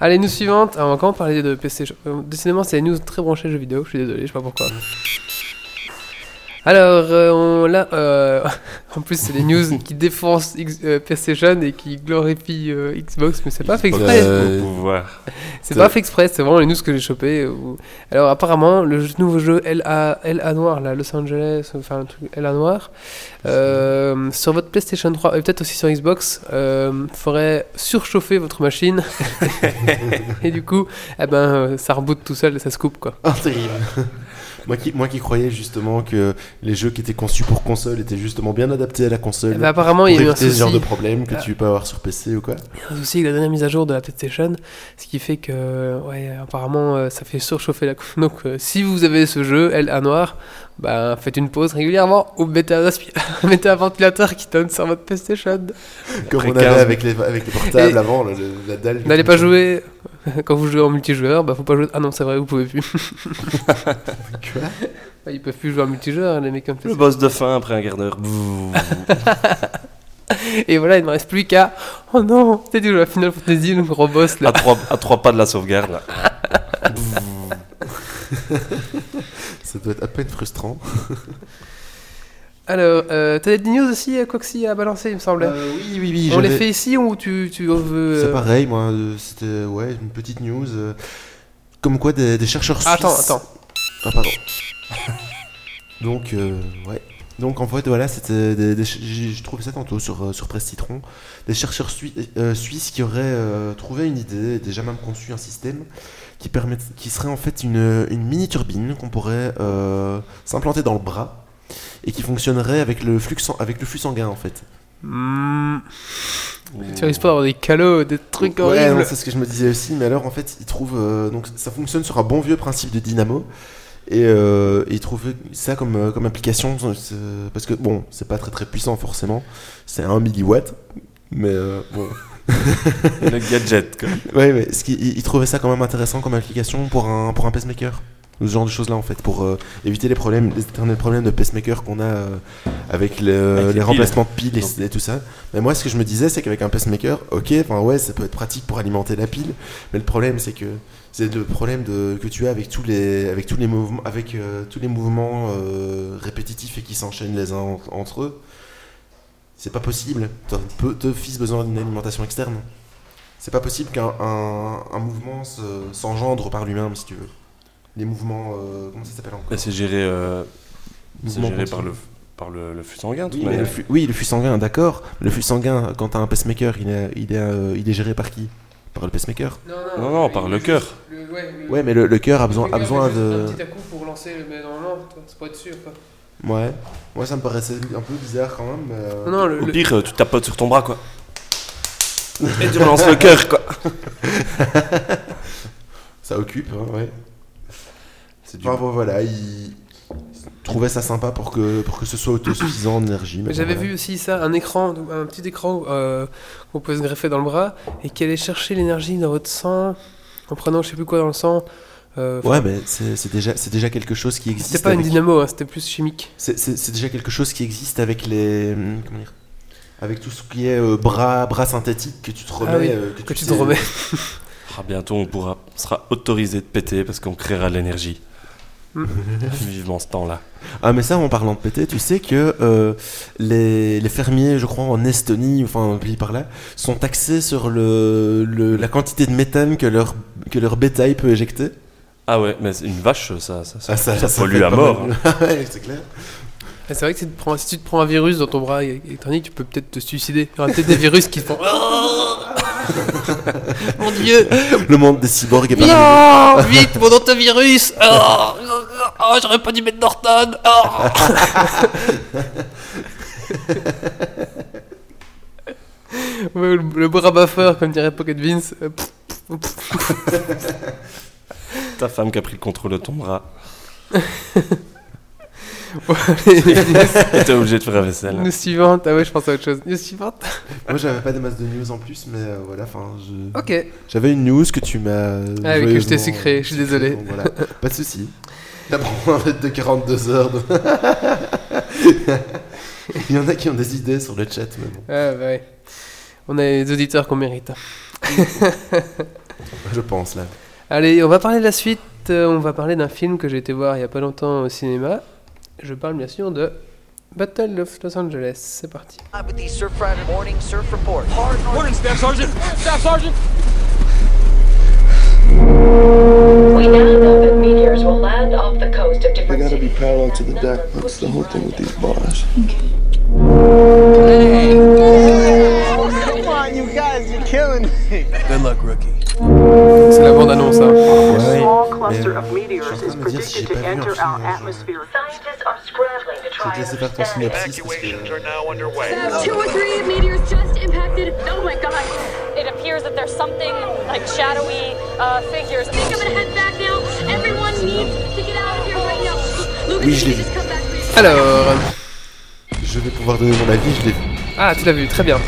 Allez, news suivante. Alors, on va encore parler de PC. Je- euh, Décidément, c'est une news très branchée jeux vidéo. Je suis désolé, je sais pas pourquoi. Alors, euh, on, là, euh, [LAUGHS] en plus, c'est des news qui défoncent X- euh, PlayStation et qui glorifient euh, Xbox, mais c'est pas fait exprès.
Euh,
Pour pouvoir.
C'est pas fait exprès, c'est vraiment les news que j'ai chopé. euh, où- Alors apparemment, le jeu- nouveau jeu LA, LA Noir, là, Los Angeles, enfin le truc LA Noir, euh, sur votre PlayStation 3 et peut-être aussi sur Xbox, euh, ferait surchauffer votre machine.
[LAUGHS]
et du coup, eh ben, euh, ça reboot tout seul et ça se coupe quoi.
Ah, terrible. [LAUGHS] moi, qui, moi qui croyais justement que les jeux qui étaient conçus pour console étaient justement bien adaptés à la console.
Eh ben, apparemment,
pour
il y a eu un
éviter bah, ce
souci,
genre de problème que
Ah.
tu peux avoir sur PC ou quoi.
un souci avec la dernière mise à jour de la PlayStation, ce qui fait que, ouais, apparemment, euh, ça fait surchauffer la coupe. Donc, euh, si vous avez ce jeu LA Noir, ben, faites une pause régulièrement ou mettez un, aspi- [LAUGHS] mettez un ventilateur qui donne sur votre PlayStation.
Comme on
15.
avait avec les, avec les portables
Et-
avant, le- le- la dalle.
N'allez pas jouer [LAUGHS] quand vous jouez en multijoueur, bah faut pas jouer. Ah non, c'est vrai, vous pouvez plus.
Quoi
Bah, Ils peuvent plus jouer en multijoueur, les mecs comme ça.
Le boss de fin après un quart d'heure.
Et voilà, il ne me reste plus qu'à. Oh non, t'es du jeu à Final Fantasy, le gros boss
à,
là.
trois, à trois pas de la sauvegarde, là.
Ça doit être à peine frustrant.
Alors, euh, t'as des news aussi, euh, Coxy, à balancer, il me semblait.
Euh, oui, oui, oui.
On les fait ici ou tu, tu veux.
C'est
euh,
pareil, moi, euh, c'était ouais, une petite news. euh, Comme quoi des, des chercheurs suisses.
Attends, attends.
Ah, pardon. [LAUGHS] Donc, euh, ouais. Donc, en fait, voilà, c'était. Des, des ch- j'ai- je trouvais ça tantôt sur, euh, sur Presse Citron. Des chercheurs sui- euh, suisses qui auraient euh, trouvé une idée, déjà même conçu un système, qui, permet, qui serait en fait une, une mini-turbine qu'on pourrait euh, s'implanter dans le bras et qui fonctionnerait avec le flux, sang- avec le flux sanguin, en fait.
Hmm, Tu risques pas d'avoir des calots, des trucs
Ouais,
horribles.
non, c'est ce que je me disais aussi, mais alors en fait, ils trouvent. euh, donc ça fonctionne sur un bon vieux principe de dynamo. Et euh, ils trouvent ça comme, euh, comme application. c'est- Parce que bon, c'est pas très très puissant forcément. C'est 1 milliwatt. Mais euh, bon.
Le gadget, quoi.
[LAUGHS] Ouais, mais ce qui- ils, ils trouvaient ça quand même intéressant comme application pour un, pour un pacemaker. Ou Ce genre de choses là en fait, pour euh, éviter les problèmes, les éternels problèmes de pacemaker qu'on a euh, avec, le-
Avec
les,
les piles.
remplacements de piles
Donc-
et, et tout ça. Mais moi, ce que je me disais, c'est qu'avec un pacemaker, ok, enfin ouais, ça peut être pratique pour alimenter la pile, mais le problème, c'est que c'est le problème de, que tu as avec tous les, avec tous les mouvements, avec euh, tous les mouvements euh, répétitifs et qui s'enchaînent les uns en- entre eux. C'est pas possible. T'as peu- Deux fils besoin d'une alimentation externe. C'est pas possible qu'un un, un mouvement se- s'engendre par lui-même, si tu veux. Les mouvements. euh, comment ça s'appelle encore
Là, c'est géré, euh, c'est
Mouvements
géré
continus.
par, le, par le, le flux sanguin, tout
Oui, mais le flux, oui, le flux sanguin, d'accord. Le flux sanguin, quand t'as un pacemaker, il est, il est, euh, il est géré par qui Par le pacemaker
Non, non, par le cœur.
Ouais, mais le, le cœur a besoin, a besoin de.
petit à coup pour lancer, mais normalement, c'est pas être sûr. Quoi.
Ouais. Moi, ça me paraissait un peu bizarre quand même. mais, euh,
Non, non, le,
Au
le-
pire, euh, tu tapotes sur ton
[LAUGHS]
bras, quoi. Et tu relances le cœur, quoi.
Ça occupe, hein, ouais.
C'est du
Enfin, bon, voilà, il trouvait ça sympa pour que, pour que ce soit autosuffisant en énergie. mais
Mais
bon,
J'avais
voilà.
vu aussi ça, un écran, donc un petit écran euh, qu'on peut se greffer dans le bras et qui allait chercher l'énergie dans votre sang en prenant je sais plus quoi dans le sang. Euh,
Ouais, mais c'est c'est déjà, c'est déjà quelque chose qui existe.
c'était pas une
avec-
dynamo, hein, c'était plus chimique.
C'est- C'est c'est déjà quelque chose qui existe avec les. hum, Comment dire Avec tout ce qui est euh, bras, bras synthétiques que tu te remets.
Ah oui,
euh,
Que tu
sais-
te remets.
Ah, bientôt, on pourra, on sera autorisé de péter parce qu'on créera de l'énergie.
Mm.
[LAUGHS] Vivement ce temps-là.
Ah, mais ça, en parlant de péter, tu sais que euh, les, les fermiers, je crois, en Estonie, enfin, un pays par là, sont taxés sur le, le- la quantité de méthane que leur, que leur bétail peut éjecter.
Ah ouais, mais c'est une vache, ça, ça, ça,
Ah, ça,
ça
ça
pollue
fait
à
pas
mort.
mal. [LAUGHS] ouais, c'est clair.
Ah, C'est vrai que si tu, te prends, si tu te prends un virus dans ton bras é- électronique, tu peux peut-être te suicider. Il y aura peut-être des virus qui te [LAUGHS] font. Mon dieu!
Le monde des cyborgs est pas
Non! Vite, mon antivirus! Oh, oh, j'aurais pas dû mettre Norton! Oh. Ouais, le, le bras baffeur, comme dirait Pocket Vince. [LAUGHS] Euh, pff,
Ta femme qui a pris le contrôle de ton bras. [LAUGHS] Et t'es obligé de faire la vaisselle.
[LAUGHS]
hein,
News suivante. Ah ouais, je pense à autre chose. News suivante.
Moi, j'avais pas des masses de news en plus, mais euh, voilà, enfin, je-
Ok.
J'avais une news que tu m'as.
Ah oui, que je t'ai
joyeusement
sucré, je suis désolé.
[LAUGHS] Bon, voilà. Pas de soucis. T'apprends un fait de 42 heures. de- [LAUGHS] Il y en a qui ont des idées sur le chat, mais bon.
Ah, bah ouais. On a les auditeurs qu'on mérite.
je pense là.
Allez, on va parler de la suite. Euh, On va parler d'un film que j'ai été voir il n'y a pas longtemps au cinéma. Je parle bien sûr de Battle of Los Angeles. C'est parti.
Live with the Surf Rider Morning Surf Report. Hard
Morning, Staff Sergeant. Staff Sergeant.
We now know that meteors will land off the coast of
They
different
gotta be
cities.
parallel to the deck. That's the whole thing with these bars.
C'est la bande-annonce. hein.
small cluster of
Je suis en
meteors
train
is
de me dire si j'ai
predicted
pas
to
vu un
enter
film
our
genre, euh,
atmosphere
Scientists are scrambling to
Je
try
vais te
and
laisser faire ton
understand.
synopsis. parce que-
Two or three meteors just impacted. Oh my god! It appears that there's something like shadowy uh, figures. I think I'm gonna head back now. Everyone needs to get out of here right now. Lucas,
Oui, je
you
l'ai vu.
can just come back, please.
Alors.
Je vais pouvoir donner mon avis, je l'ai vu.
Ah, tu l'as vu, très bien.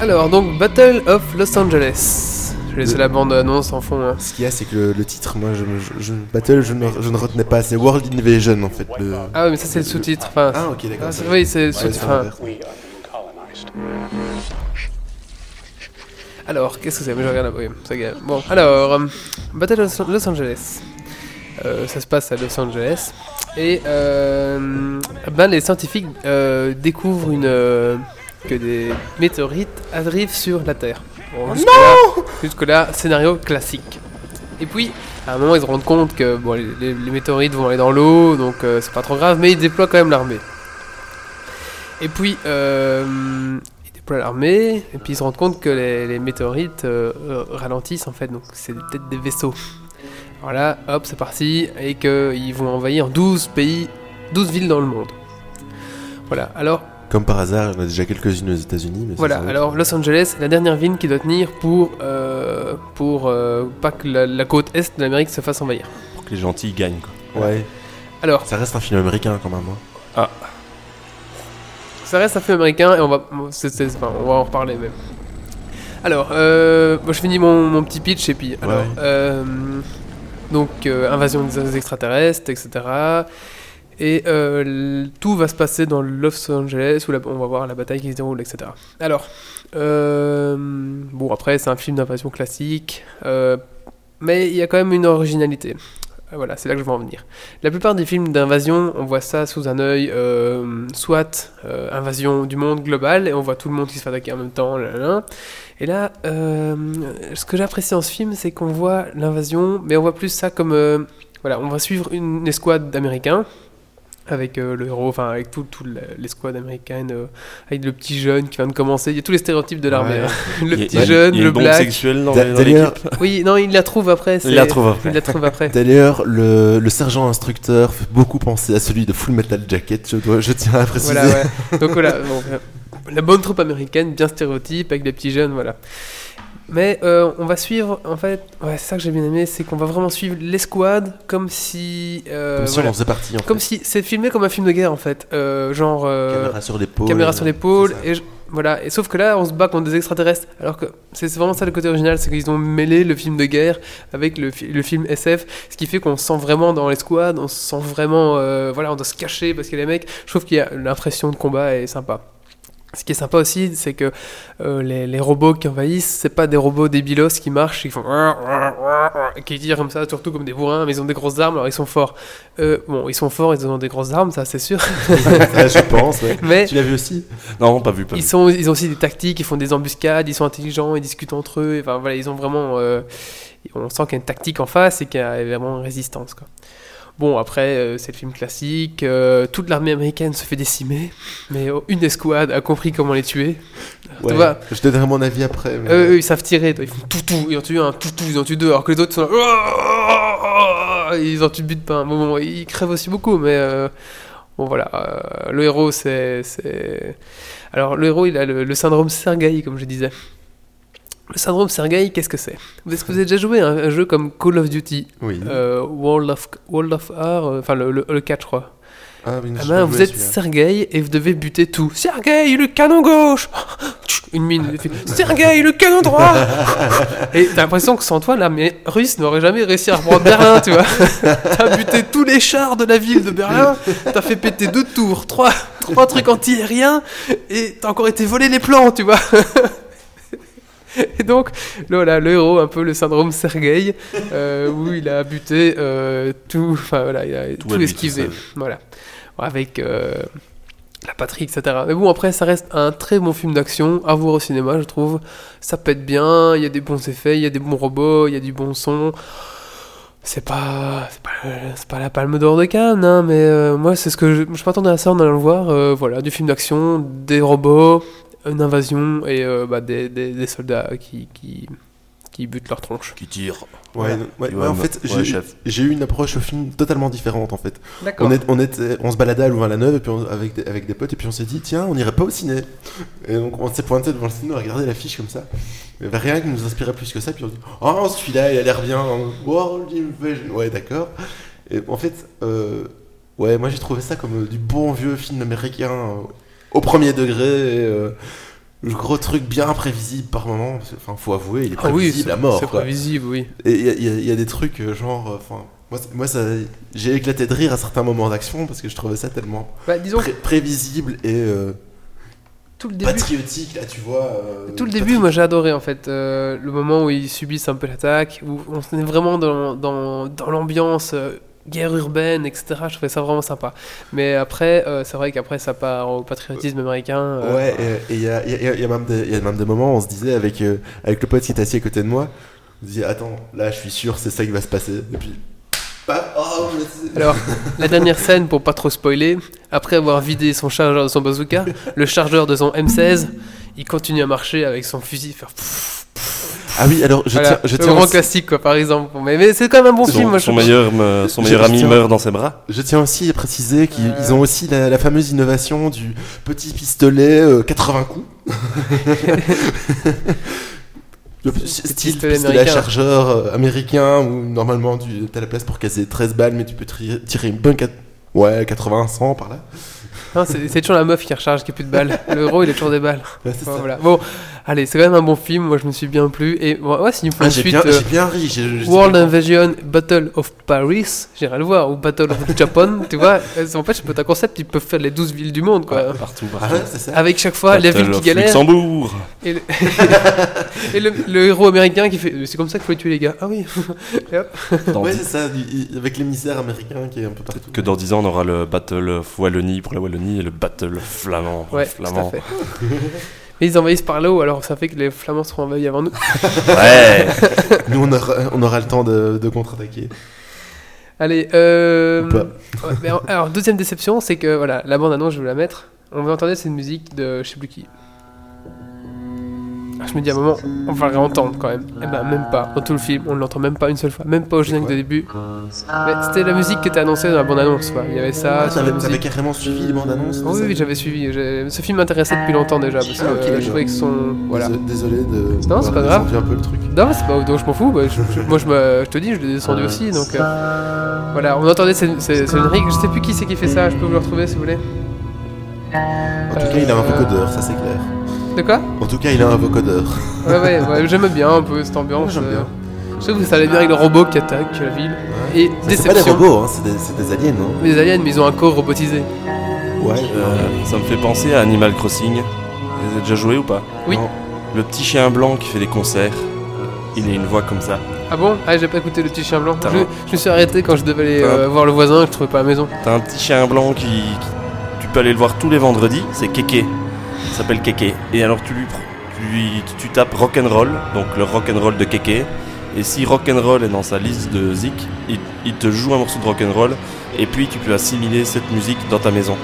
Alors, donc Battle of Los Angeles. Je vais laisser
Le-
la bande-annonce en fond. hein.
Ce qu'il y a, c'est que le, le titre, moi, je, me- je- je- Battle, je ne, je ne retenais pas. C'est World Invasion, en fait. Le...
Ah, ouais, mais ça, c'est le sous-titre. Enfin,
Ah, ok, d'accord.
ah, c'est- oui, c'est le
Ouais,
sous-titre.
c'est
Enfin,
l'inverse.
Alors, qu'est-ce que c'est Mais je regarde la oui, ça gagne. Bon, alors, euh, Battle of Los Angeles. Euh, ça se passe à Los Angeles. Et euh, ben, les scientifiques euh, découvrent une, euh, que des météorites arrivent sur la Terre. Bon, jusque-là, jusque-là, scénario classique. Et puis, à un moment, ils se rendent compte que bon, les, les- les météorites vont aller dans l'eau, donc euh, c'est pas trop grave, mais ils déploient quand même l'armée. Et puis, euh, ils déploient l'armée, et puis ils se rendent compte que les, les météorites euh, euh, ralentissent en fait, donc c'est peut-être des vaisseaux. Voilà, hop, c'est parti, et qu'ils vont envahir 12 pays, 12 villes dans le monde. Voilà, alors
Comme par hasard, il y en a déjà quelques-unes aux États-Unis. mais ça,
voilà,
c'est vrai
alors
que-
Los Angeles, c'est la dernière ville qui doit tenir pour, euh, pour euh, pas que la, la côte est de l'Amérique se fasse envahir.
Pour que les gentils gagnent, quoi.
Ouais,
Alors,
ça reste un film américain quand même. hein.
ça reste un film américain et on va, c'est- c'est- enfin, on va en reparler même. Alors, euh, moi, je finis mon, mon petit pitch et puis. Alors,
Ouais.
euh, donc, euh, invasion des extraterrestres, etc. Et euh, l- tout va se passer dans Los Angeles où la- on va voir la bataille qui se déroule, etc. Alors, euh, bon, après, c'est un film d'invasion classique, euh, mais il y a quand même une originalité. Euh, Voilà, c'est là que je veux en venir. La plupart des films d'invasion, on voit ça sous un œil euh, soit euh, invasion du monde global, et on voit tout le monde qui se fait attaquer en même temps. là, là, là. Et là, euh, ce que j'apprécie dans ce film, c'est qu'on voit l'invasion, mais on voit plus ça comme... euh, voilà, on va suivre une escouade d'Américains, avec euh, le héros, enfin avec toute tout le- l'escouade américaine, euh, avec le petit jeune qui vient de commencer, il y a tous les stéréotypes de l'armée.
Ouais.
hein. [LAUGHS] Le
Il y a-
petit
il y a-
jeune,
il y a
le
une bombe
black.
sexuelle dans,
D'a-
dans
d'ailleurs-
l'équipe.
Oui, non, il la trouve après. c'est-
Il la trouve après.
[LAUGHS] Il la trouve après.
D'ailleurs, le, le sergent instructeur fait beaucoup penser à celui de Full Metal Jacket, je, dois- je tiens à préciser.
Voilà, ouais. Donc voilà, bon, euh, la bonne troupe américaine, bien stéréotype, avec des petits jeunes, voilà. Mais euh, on va suivre, en fait, ouais, c'est ça que j'ai bien aimé, c'est qu'on va vraiment suivre l'escouade comme si. euh,
Comme si
voilà.
on en faisait partie. En
Comme
fait.
si c'est filmé comme un film de guerre, en fait. Euh, genre. euh,
Caméra sur l'épaule.
caméra sur l'épaule
c'est ça.
et je- voilà et sauf que là on se bat contre des extraterrestres alors que c'est c'est vraiment ça le côté original c'est qu'ils ont mêlé le film de guerre avec le, fi- le film SF ce qui fait qu'on se sent vraiment dans les squads on se sent vraiment euh, voilà on doit se cacher parce que les mecs je trouve qu'il y a l'impression de combat est sympa ce qui est sympa aussi, c'est que euh, les, les robots qui envahissent, c'est pas des robots débilos qui marchent, qui font qui tirent comme ça, surtout comme des bourrins, mais ils ont des grosses armes, alors ils sont forts. Euh, bon, ils sont forts, ils ont des grosses armes, ça c'est sûr. [LAUGHS]
Ouais, [LAUGHS] je pense, ouais.
Mais
Tu l'as vu aussi
Non, pas vu, pas vu.
ils, sont, ils ont aussi des tactiques, ils font des embuscades, ils sont intelligents, ils discutent entre eux. et Enfin, voilà, ils ont vraiment. euh, on sent qu'il y a une tactique en face et qu'il y a vraiment une résistance. Quoi. Bon, après, euh, c'est le film classique. euh, toute l'armée américaine se fait décimer, mais euh, une escouade a compris comment les tuer.
Ouais.
vois.
Je te donnerai mon avis après. mais-
Euh, Eux, eux, ils savent tirer. toi, Ils font tout, tout. Ils en tuent un, tout, tout. Ils en tuent deux. Alors que les autres sont là. Ils en tuent but pas un moment. Ils crèvent aussi beaucoup, mais. euh, Bon voilà, Euh, le héros c'est, c'est- Alors le héros il a le, le syndrome Sergei comme je disais. Le syndrome Sergei qu'est-ce que c'est Vous est-ce que vous avez déjà joué à un, un jeu comme Call of Duty
Oui.
euh, World of World of R, euh, enfin le, le, le 4 E je crois.
Ah, oui, non,
Ah
je
ben,
l'ai
vous
oublié,
êtes
celui-là.
Sergueï et vous devez buter tout. Sergueï, le canon gauche [LAUGHS] Une mine. il fait, Sergueï, le canon droit [LAUGHS] Et t'as l'impression que sans toi, l'armée russe n'aurait jamais réussi à reprendre Berlin, tu vois. [LAUGHS] T'as buté tous les chars de la ville de Berlin, t'as fait péter deux tours, trois, trois trucs anti-aériens, et t'as encore été volé les plans, tu vois. Et donc, là, voilà, le héros, un peu le syndrome Sergueï, euh, où il a buté euh, tout, enfin voilà, il a tout,
a buté
esquivé.
tout
Voilà. Avec euh, la patrie, etc. Mais bon, après, ça reste un très bon film d'action à voir au cinéma, je trouve. Ça pète bien, il y a des bons effets, il y a des bons robots, il y a du bon son. C'est pas, c'est pas, c'est pas la palme d'or de Cannes, hein, mais euh, moi, c'est ce que je, je m'attendais à ça en allant le voir. euh, voilà, du film d'action, des robots, une invasion et euh, bah, des, des- des soldats qui, qui, qui butent leur tronche.
Qui tire.
Ouais,
Voilà.
ouais,
Tu
ouais,
vois,
en fait,
ouais,
j'ai-
chef.
j'ai eu une approche au film totalement différente en fait.
D'accord.
On, est, on, était, on se baladait à Louvain-la-Neuve et puis on- avec, des, avec des potes et puis on s'est dit tiens on irait pas au ciné. Et donc on s'est pointé devant le ciné, on a regardé l'affiche comme ça. Il y avait rien qui nous inspirait plus que ça. Puis on dit oh celui-là il a l'air bien. World Invasion. Ouais d'accord. Et en fait euh, ouais moi j'ai trouvé ça comme euh, du bon vieux film américain euh, au premier degré. et, euh, le gros truc bien imprévisible par moment. Enfin faut avouer il est
Ah oui,
prévisible
c'est
à mort.
C'est
quoi.
prévisible, oui.
Et il y, a- il y a- il y a des trucs euh, genre. euh, 'fin, moi, c'est- moi ça, j'ai éclaté de rire à certains moments d'action parce que je trouvais ça tellement
Bah, disons que
pré- prévisible et euh,
tout le début.
patriotique, là, tu vois. euh,
Tout le début,
patri-
moi j'ai adoré en fait. euh, le moment où ils subissent un peu l'attaque, où on est vraiment dans, dans, dans l'ambiance euh, guerre urbaine, etc. Je trouvais ça vraiment sympa. Mais après, euh, c'est vrai qu'après ça part au patriotisme américain. euh,
Ouais, et et il y a, il y a- il y a même des- il y a même des moments où on se disait avec, euh, avec le pote qui était assis à côté de moi, on se disait attends, là je suis sûr, c'est ça qui va se passer. Et puis. bah, oh, mais c'est-
Alors, la dernière scène, pour pas trop spoiler, après avoir vidé son chargeur de son bazooka, le chargeur de son M16, il continue à marcher avec son fusil, faire pfff,
Ah oui, alors je
voilà,
tiens. Je
le
tiens
grand
aussi-
classique, quoi, par exemple. Mais, mais c'est quand même un bon
Son-
film, moi, je
Son
trouve.
meilleur, me- son
J'ai-
meilleur
j'ai-
hein.
ami meurt dans ses bras.
Je tiens aussi à préciser qu'ils
Euh.
ils ont aussi la, la fameuse innovation du petit pistolet euh, 80
[LAUGHS]
coups. Le p- style
pistolet
pistolet,
américain.
chargeur euh, américain où normalement tu as la place pour casser 13 balles mais tu peux tri- tirer une bonne quat- ouais 80 100 par là.
Non, c'est c'est toujours la meuf qui recharge, qui a plus de balles. L'euro, il a toujours des balles.
Ouais, [LAUGHS] c'est
Ouais,
ça.
voilà. Bon, allez, c'est quand même un bon film, moi, je me suis bien plu. Et ouais, ouais, s'il nous faut
Ah,
une
j'ai
suite,
bien,
euh,
j'ai bien ri. j'ai- j'ai-
World Invasion Battle of Paris, j'irai le voir, ou Battle of Japan, [LAUGHS] tu vois. Elles sont- En fait, je peux un concept, ils peuvent faire les 12 villes du monde, quoi.
Partout,
Ah ouais, c'est ça.
Avec chaque fois Ah, la ville qui galère.
Luxembourg.
Et le, et le- le héros américain qui fait Mais C'est comme ça qu'il faut les tuer les gars. Ah
[LAUGHS]
oui. Et hop.
Dans
Ouais,
dix-
c'est ça, il- il- avec l'émissaire américain qui est un peu partout.
Que dans 10 ans, on aura le Battle of Wallonie pour la Wallonie et le Battle of Flamand pour
Ouais,
le
tout
Flamand.
à fait. [LAUGHS] Mais ils envahissent par l'eau, alors ça fait que les Flamands seront envahis avant nous.
Ouais
Nous, on aura, on aura le temps de, de contre-attaquer.
Allez, euh...
Ou pas.
ouais, mais en- alors, deuxième déception, c'est que voilà, la bande-annonce, je vais vous la mettre. On va entendre cette musique de je sais plus qui. Ah, Je me dis à un moment, on va le réentendre quand même. Eh ben, même pas. Dans tout le film, on l'entend même pas une seule fois. Même pas au générique de début. Mais c'était la musique qui était annoncée dans la bande-annonce. quoi. Il y avait ça.
Ah,
sur la
t'avais,
musique.
t'avais carrément suivi les bandes annonces.
Ah Oui, oui, j'avais suivi. j'ai- Ce film m'intéressait depuis longtemps déjà. Parce que
Ah, ok,
euh, je
d'accord.
trouvais que son. Voilà.
Désolé- Désolé de.
Non, c'est pas grave.
d'avoir descendu un peu le truc.
Non, c'est pas donc je m'en fous. bah, je- je- moi, je, me, je te dis, je l'ai descendu aussi. Donc euh, voilà, on entendait cette cette- cette générique. Je sais plus qui c'est qui fait ça. Je peux vous le retrouver si vous voulez.
En tout cas, il a un vocodeur, ça c'est clair.
De quoi
En tout cas, il a un vocodeur.
[LAUGHS] Ouais,
[LAUGHS]
ouais, ouais j'aime bien un peu cette
Moi,
ambiance.
j'aime bien.
euh. Je trouve que ça allait bien avec le robot qui attaque la ville. Et
Ça, C'est
déception.
pas des robots, hein, c'est des, c'est des aliens, non
Les aliens, mais ils ont un corps robotisé.
Ouais.
Euh, Ça me fait penser à Animal Crossing. Vous avez déjà joué ou pas
Oui.
Non.
Le petit chien blanc qui fait des concerts. Il a une voix comme ça.
Ah bon Ah, j'ai pas écouté le petit chien blanc.
T'as
Je,
un-
je me suis arrêté quand je devais aller
T'as un-
euh, voir le voisin que je trouvais pas à la maison.
T'as un petit chien blanc qui, qui- Tu peux aller le voir tous les vendredis, c'est Keke. Il s'appelle Keke. Et alors tu lui. pr- Tu, lui- tu tapes rock'n'roll, donc le rock'n'roll de Keke. Et si rock'n'roll est dans sa liste de zik, il, il te joue un morceau de rock'n'roll. Et puis tu peux assimiler cette musique dans ta maison.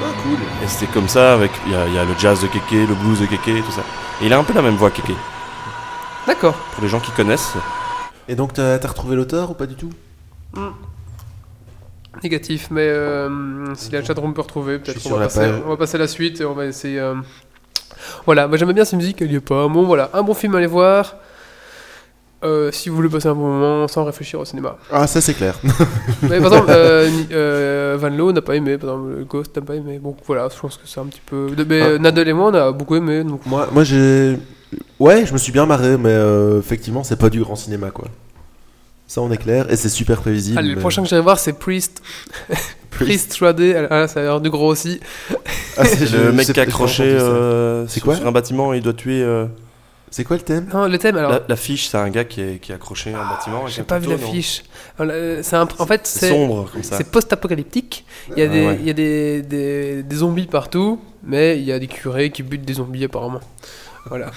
Ah, cool.
Et c'était comme ça, avec. Il y a, il y a le jazz de Keke, le blues de Keke, tout ça. Et il a un peu la même voix, Keke.
D'accord.
Pour les gens qui connaissent,
Et donc, t'as t'as retrouvé l'auteur ou pas du tout
Négatif, mais euh, si la chatroom peut retrouver, peut-être
Je suis
qu'on va,
sur la
passer-
page.
on va passer à la suite et on va essayer. euh, Voilà, moi j'aimais bien cette musique, elle y est pas. Bon, voilà, un bon film à aller voir. euh, si vous voulez passer un bon moment sans réfléchir au cinéma.
Ah, ça c'est clair.
Mais par exemple, euh, Ni- euh, Van Loo n'a pas aimé, par exemple, Ghost n'a pas aimé. Bon, voilà, je pense que c'est un petit peu. Mais
Ah.
euh, Nadal et moi, on a beaucoup aimé. Donc...
[LAUGHS] moi, moi j'ai. Ouais, je me suis bien marré, mais euh, effectivement, c'est pas du grand cinéma quoi. Ça, on est clair, et c'est super prévisible.
Allez, le
mais- [LAUGHS]
prochain que j'irai voir, c'est Priest. Priest 3D. Ah là, ça a l'air du gros aussi.
Ah,
C'est
je-
le mec
c'est-
qui a
j'ai
accroché
entendu ça.
euh,
C'est
sur,
quoi
sur un bâtiment et il doit tuer. euh,
C'est quoi le thème
Non, le thème, alors.
la, la fiche, c'est un gars qui est, qui est accroché à un bâtiment. avec
J'ai
un
pas vu
couteau, non
l'affiche. Voilà, euh, c'est un- En fait,
C'est
c'est.
sombre comme ça.
C'est post-apocalyptique. Il y a,
Ah
des,
ouais.
il y a des, des, des zombies partout, mais il y a des curés qui butent des zombies apparemment.
[LAUGHS]
Voilà.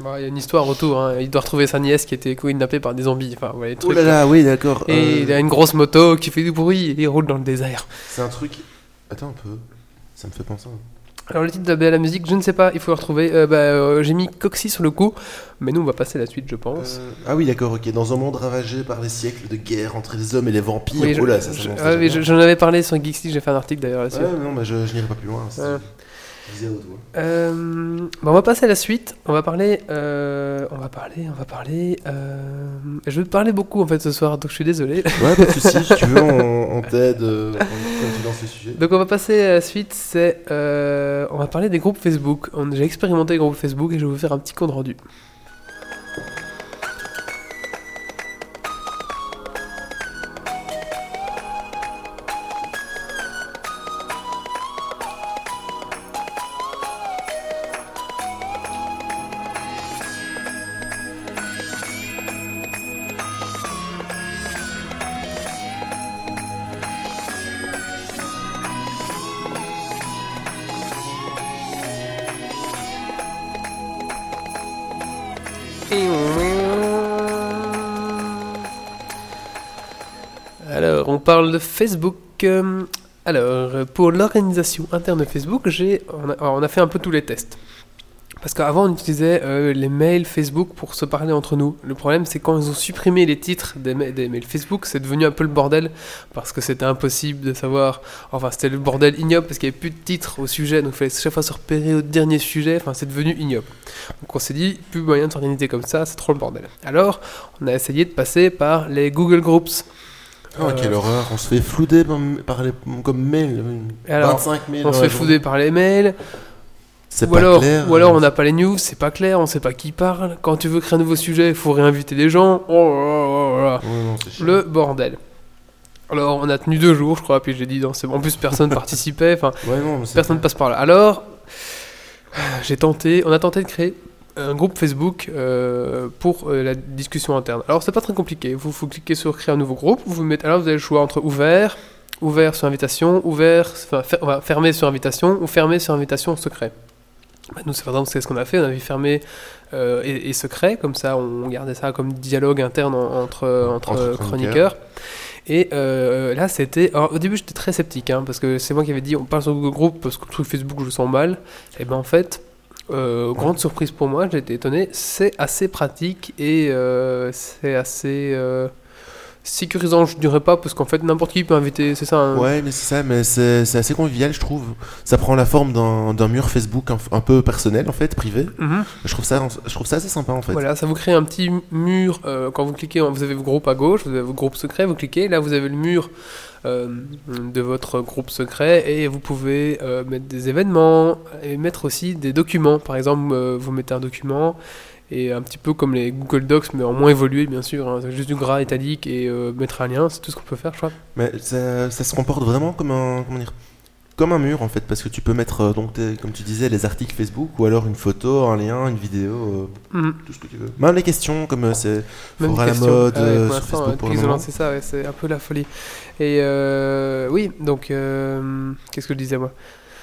Bon, il y a une histoire autour. hein. Il doit retrouver sa nièce qui était kidnappée par des zombies. Enfin, voilà, les
Oh
trucs.
là là, oui, d'accord.
Et
euh,
il a une grosse moto qui fait du bruit et il roule dans le désert.
C'est un truc. Attends un peu. Ça me fait penser. hein.
Alors le titre de la musique, je ne sais pas, il faut le retrouver. Euh, bah, euh, J'ai mis Coxy sur le coup, mais nous on va passer à la suite, je pense.
Euh, Ah oui, d'accord, ok. Dans un monde ravagé par les siècles de guerre entre les hommes et les vampires.
Oui, je-
oh là, ça, ça
je-
commence
ah
déjà
oui,
bien.
je- J'en avais parlé sur Geeksy, j'ai fait un article d'ailleurs là-dessus.
Ouais, non, mais je, je n'irai pas plus loin. c'est-
Ouais.
je disais à haute voix.
Euh, bon, on va passer à la suite. On va parler, euh, on va parler, on va parler. euh, je vais parler beaucoup en fait ce soir, donc je suis désolé. [LAUGHS]
Ouais, pas de soucis. si tu veux, on, on t'aide euh, quand tu lances le sujet.
donc on va passer à la suite. C'est, euh, on va parler des groupes Facebook. On- J'ai expérimenté les groupes Facebook et je vais vous faire un petit compte rendu. Mmh. Alors, on parle de Facebook. Euh, Alors, euh, pour l'organisation interne de Facebook, j'ai, on, a, alors, on a fait un peu tous les tests. Parce qu'avant, on utilisait euh, les mails Facebook pour se parler entre nous. Le problème, c'est quand ils ont supprimé les titres des, ma- des mails Facebook, c'est devenu un peu le bordel. Parce que c'était impossible de savoir. Enfin, c'était le bordel ignoble parce qu'il n'y avait plus de titre au sujet. Donc, il fallait chaque fois se repérer au dernier sujet. Enfin, c'est devenu ignoble. Donc, on s'est dit, plus moyen de s'organiser comme ça, c'est trop le bordel. Alors, on a essayé de passer par les Google Groups. euh,
Oh, quelle horreur. On se fait flouder par, par les, comme mail.
Et alors,
25 mails.
On
dans
se
la
fait
journée.
fouder par les mails,
C'est
ou
pas
alors,
clair. hein.
ou alors on n'a pas les news, c'est pas clair, on sait pas qui parle. Quand tu veux créer un nouveau sujet, il faut réinviter les gens. Oh là là là là.
Ouais, non, c'est chiant.
Le bordel. Alors on a tenu deux jours, je crois, puis j'ai dit non, c'est bon. En plus personne [LAUGHS] participait, enfin
Ouais, non, mais c'est-
personne passe par là. Alors j'ai tenté, on a tenté de créer un groupe Facebook euh, pour euh, la discussion interne. Alors c'est pas très compliqué. Vous vous cliquez sur créer un nouveau groupe, vous mettez, alors vous avez le choix entre ouvert, ouvert sur invitation, ouvert, enfin, fer- enfin, fermé sur invitation ou fermé sur invitation secret. Bah, nous, c'est par exemple, c'est ce qu'on a fait, on avait fermé euh, et, et secret, comme ça on gardait ça comme dialogue interne en- entre, entre,
Entre
euh,
chroniqueurs.
chroniqueurs. Et euh, là, c'était. alors, au début, j'étais très sceptique, hein, parce que c'est moi qui avais dit on parle sur Google Group parce que le truc Facebook, je le sens mal. Et ben en fait, euh, grande surprise pour moi, j'étais étonné, c'est assez pratique et euh, c'est assez euh, sécurisant, je dirais pas, parce qu'en fait n'importe qui peut inviter, c'est ça hein. un-
Ouais, mais c'est ça, mais c'est c'est assez convivial, je trouve. Ça prend la forme d'un d'un mur Facebook un, un peu personnel, en fait, privé.
Mhm.
Je trouve ça, je trouve ça assez sympa, en fait.
Voilà, ça vous crée un petit mur. euh, quand vous cliquez, vous avez vos groupes à gauche, vous avez vos groupes secrets, vous cliquez, là vous avez le mur euh, de votre groupe secret et vous pouvez euh, mettre des événements et mettre aussi des documents. Par exemple, euh, vous mettez un document et un petit peu comme les Google Docs, mais en moins évolué bien sûr, hein, c'est juste du gras italique et euh, mettre un lien, c'est tout ce qu'on peut faire, je crois.
Mais ça, ça se comporte vraiment comme un, comment dire, comme un mur, en fait, parce que tu peux mettre, euh, donc, tes- comme tu disais, les articles Facebook ou alors une photo, un lien, une vidéo,
Mhm.
euh, tout ce que tu veux. Même les questions, comme euh, c'est
Même
Faudra la
question.
mode,
Ah ouais,
euh,
pour
sur
l'instant,
Facebook
euh,
pour
depuis
le
qu'ils ont
moment.
lancé ça, ouais, c'est un peu la folie. Et euh, oui, donc euh, qu'est-ce que je disais moi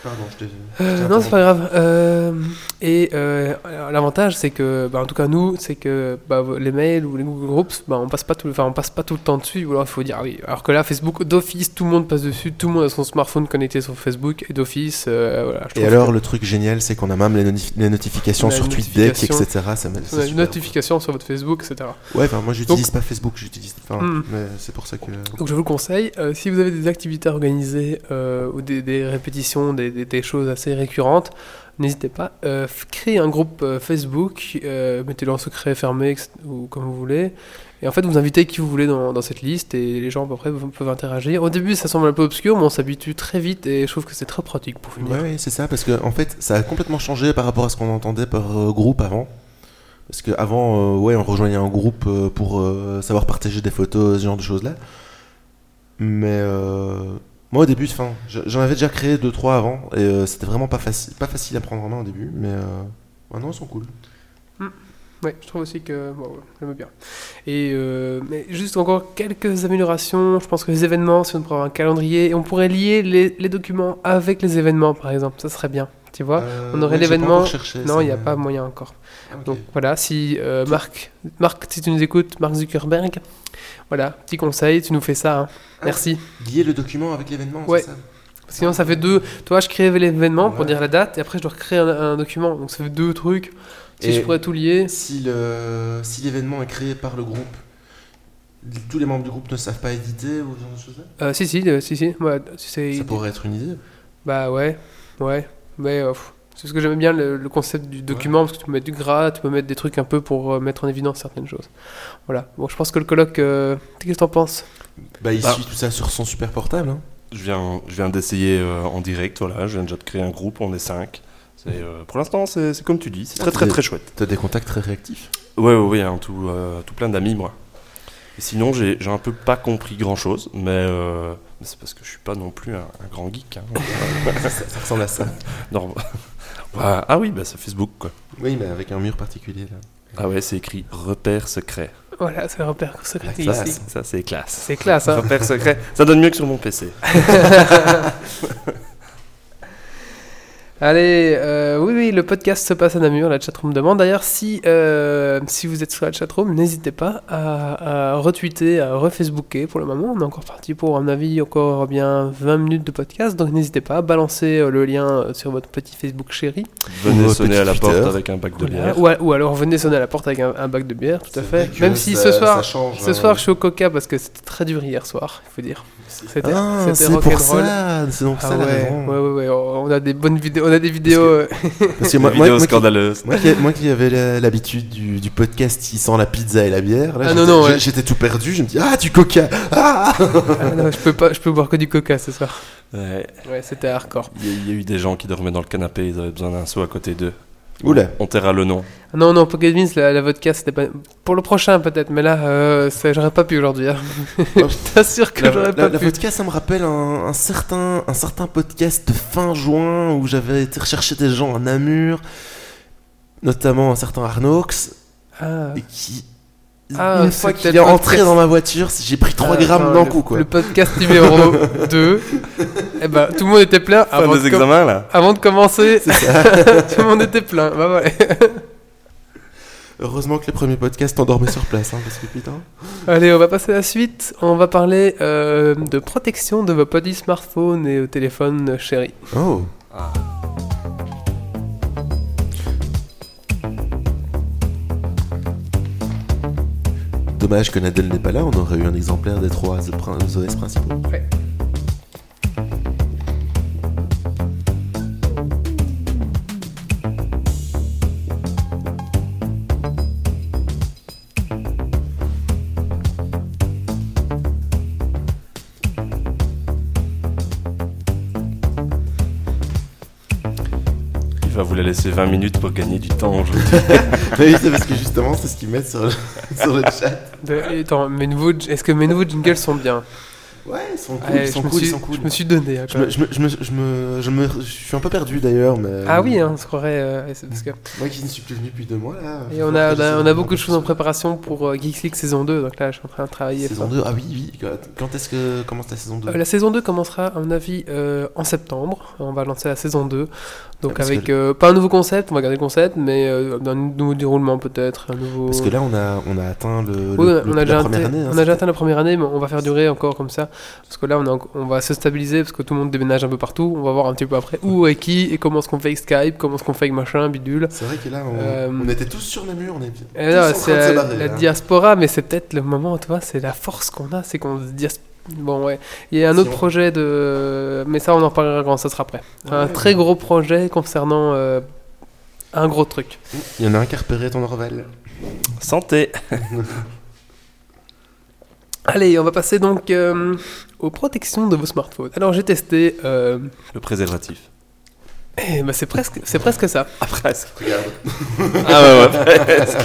Pardon, je t'ai-
Euh,
je t'ai
non, c'est pas grave. Euh, et euh, alors, l'avantage, c'est que, bah, en tout cas nous, c'est que bah, les mails ou les Google Groups, bah, on passe pas tout, enfin, on passe pas tout le temps dessus. Ou alors il faut dire ah oui. Alors que là, Facebook d'office, tout le monde passe dessus, tout le monde a son smartphone connecté sur Facebook et d'office. euh, voilà, je trouve
Et alors, le truc génial, c'est qu'on a même les, noti- les notifications
On a
sur
les
TweetDeck,
notifications.
etc. Ça me-
que,
c'est
on a une
super.
notification sur votre Facebook, etc.
Ouais, enfin, moi, j'utilise
Donc-
pas Facebook, j'utilise. Enfin,
Mhm.
mais c'est pour ça que.
Donc je vous le conseille, euh, si vous avez des activités organisées euh, ou des, des répétitions, des, des- des choses assez récurrentes, n'hésitez pas. Euh, f- créez un groupe euh, Facebook, euh, mettez-le en secret, fermé, etc., ou comme vous voulez. Et en fait, vous invitez qui vous voulez dans, dans cette liste et les gens à peu près peuvent peuvent interagir. Au début, ça semble un peu obscur, mais on s'habitue très vite et je trouve que c'est très pratique pour finir.
Ouais, ouais, c'est ça, parce que en fait, ça a complètement changé par rapport à ce qu'on entendait par euh, groupe avant. Parce qu'avant, ouais, on rejoignait un groupe euh, pour euh, savoir partager des photos, ce genre de choses-là. Mais euh, moi, au début, enfin, je- j'en avais déjà créé deux, trois avant, et euh, c'était vraiment pas facile, pas facile à prendre en main au début, mais euh, maintenant, ils sont cool.
Ouais, je trouve aussi que bon, ouais, j'aime bien. Et euh, mais juste encore quelques améliorations. Je pense que les événements, si on prend un calendrier, on pourrait lier les, les documents avec les événements, par exemple. Ça serait bien, tu vois.
Euh,
on aurait
ouais, j'ai pas
l'événement.
encore cherché,
non,
ça,
il n'y a
mais-
pas moyen encore.
Ah, ok.
Donc voilà, si euh, Marc, Marc, si tu nous écoutes, Marc Zuckerberg, voilà, petit conseil, tu nous fais ça. hein.
Ah.
Merci.
Lier le document avec l'événement,
Ouais.
c'est ça
Sinon, ça fait deux. Toi, je crée l'événement pour
Ouais.
dire la date, et après, je dois recréer un, un document. Donc ça fait deux trucs. Si
Et-
je pourrais tout lier.
Si le si l'événement est créé par le groupe, tous les membres du groupe ne savent pas éditer ou ce genre de choses
Euh, si, si, euh, si, si. Ouais, si c'est-
Ça pourrait être une idée.
Bah ouais, ouais, mais euh, pff, c'est parce que j'aime bien le, le concept du document, parce que tu peux mettre du gras, tu peux mettre des trucs un peu pour euh, mettre en évidence certaines choses. Voilà, bon, je pense que le colloque, euh, qu'est-ce que t'en penses
Bah, il
Bah.
suit tout ça sur son super portable. hein.
Je viens, je viens d'essayer euh, en direct, voilà, je viens déjà de créer un groupe, on est cinq. C'est, euh, pour l'instant, c'est c'est comme tu dis, c'est
Ah,
très très
t'es-
très chouette.
T'as des contacts très réactifs.
Ouais, ouais, ouais, hein, tout, euh, tout plein d'amis, moi. Et sinon, j'ai j'ai un peu pas compris grand chose, mais, euh, mais c'est parce que je suis pas non plus un, un grand geek. hein.
[LAUGHS] Ça ressemble à ça.
[LAUGHS] Non. Ouais, ah oui, bah, c'est Facebook, quoi.
Oui, mais avec un mur particulier là.
Ah ouais, c'est écrit repère secret.
Voilà, c'est un repère secret
La
ici.
classe.
Ça, c'est classe.
Ah, C'est classe, hein
Repère secret, ça donne mieux que sur mon PC.
Allez, euh, oui, oui, le podcast se passe à Namur, la chatroom demande. D'ailleurs, si, euh, si vous êtes sur la chatroom, n'hésitez pas à, à retweeter, à refacebooker. Pour le moment, on est encore parti pour, à mon avis, encore bien 20 minutes de podcast. Donc n'hésitez pas à balancer euh, le lien euh, sur votre petit Facebook chéri.
Venez
Ou, euh,
sonner
petit
à la
Twitter.
porte avec un bac de
Voilà.
bière.
Ou, a- ou alors venez sonner à la porte avec un, un bac de bière, tout à fait. Même si ce soir, ce
euh,
soir je suis au coca parce que c'était très dur hier soir, il faut dire. C'était
Ah,
c'était
c'est pour
rock'n'roll.
ça. C'est donc
Ah
ça la
ouais,
raison.
ouais, ouais, ouais, on a des bonnes vidéos, on a des vidéos. euh,
Parce que
Une
moi, moi,
vidéo
moi, qui,
scandaleuse.
moi qui- moi qui avais la- l'habitude du, du podcast qui sent la pizza et la bière, là,
Ah, non,
j'étais,
non,
j'ai-
ouais.
j'étais tout perdu. Je me dis ah du coca. Ah
Ah non, je peux pas, je peux boire que du coca ce soir.
Ouais.
Ouais, c'était hardcore.
Il y, a- il y a eu des gens qui dormaient dans le canapé, ils avaient besoin d'un seau à côté d'eux.
Oula.
On taira le nom.
Ah Non, non, Pocket Beans, la, la vodka, c'était pas... Pour le prochain peut-être, mais là, euh, ça, j'aurais pas pu aujourd'hui.
[LAUGHS]
hein. je t'assure que
La,
j'aurais
la-
pas
la
pu.
vodka, ça me rappelle un, un certain, un certain podcast de fin juin où j'avais été rechercher des gens à Namur, notamment un certain Arnox,
Ah,
et qui,
Ah,
une fois
c'était
qu'il
le
est entré
podcast.
dans ma voiture, j'ai pris 3
ah,
grammes
non,
d'un
le-
coup, quoi.
Le podcast numéro 2. Eh ben, tout le monde était plein
Fin
avant
des
de, com-
examens, là
avant de commencer. [LAUGHS] tout le monde était plein. Bah ouais.
Heureusement que les premiers podcasts t'endormaient sur place, hein, parce que putain.
Allez, on va passer à la suite. On va parler euh, de protection de vos petits smartphones et téléphones chéris.
Oh. Dommage que Nadel n'est pas là, on aurait eu un exemplaire des trois OS principaux.
Il va vous la laisser 20 minutes pour gagner du temps
[LAUGHS]
aujourd'hui.
Mais oui, c'est parce que justement, c'est ce qu'ils mettent sur le, [LAUGHS] sur le chat.
De- Attends, mes nouveaux, est-ce que mes nouveaux jingles sont bien
Ouais, ils sont cool,
Ouais,
ils sont
je, me
cool,
suis,
ils sont cool.
je me suis donné. hein,
Je
quand
me,
même.
je, me, je, me, je, me- je me- je suis un peu perdu d'ailleurs, mais.
Ah oui, hein, on se croirait. euh, c'est parce que...
Moi qui ne suis plus venu depuis deux mois là.
Et on a, bah, on a, on a beaucoup de choses en préparation pour euh, Geeks League saison 2, donc là je suis en train de travailler.
Saison 2, ah oui, oui. quand- Quand est-ce que commence la saison 2
Euh, la saison 2 commencera, à mon avis, euh, en septembre. On va lancer la saison 2.
Ah,
Donc
parce
avec
que-
euh, pas un nouveau concept, on va garder le concept, mais euh, un nouveau déroulement peut-être. Un nouveau...
Parce que là, on a, on a atteint le,
Oui,
le-
on
le-
a déjà
la
atteint-
première année. hein,
on a déjà
c'était-
atteint la première année, mais on va faire durer encore comme ça. Parce que là, on, est en- on va se stabiliser, parce que tout le monde déménage un peu partout. On va voir un petit peu après où et qui, et comment est-ce qu'on fait avec Skype, comment est-ce qu'on fait avec machin, bidule.
C'est vrai que là, on,
Euh,
on était tous sur Namur, on est
Et
tous
Euh, non,
en train de
c'est
se
la,
barrer,
la
hein.
diaspora, mais c'est peut-être le moment, tu vois, c'est la force qu'on a, c'est qu'on se dias- Bon, ouais. Il y a un
Si
autre
on-
projet de. Mais ça, on en reparlera quand ça sera prêt. un
Ouais,
très
ouais.
gros projet concernant euh, un gros truc.
Il y en a un qui a repéré ton Orval.
Santé.
Allez, on va passer donc euh, aux protections de vos smartphones. Alors, j'ai testé. euh,
Le préservatif.
eh ben, c'est presque, c'est presque ça.
Ah, presque.
Regarde.
Ah, ouais,
[LAUGHS]
ouais, presque.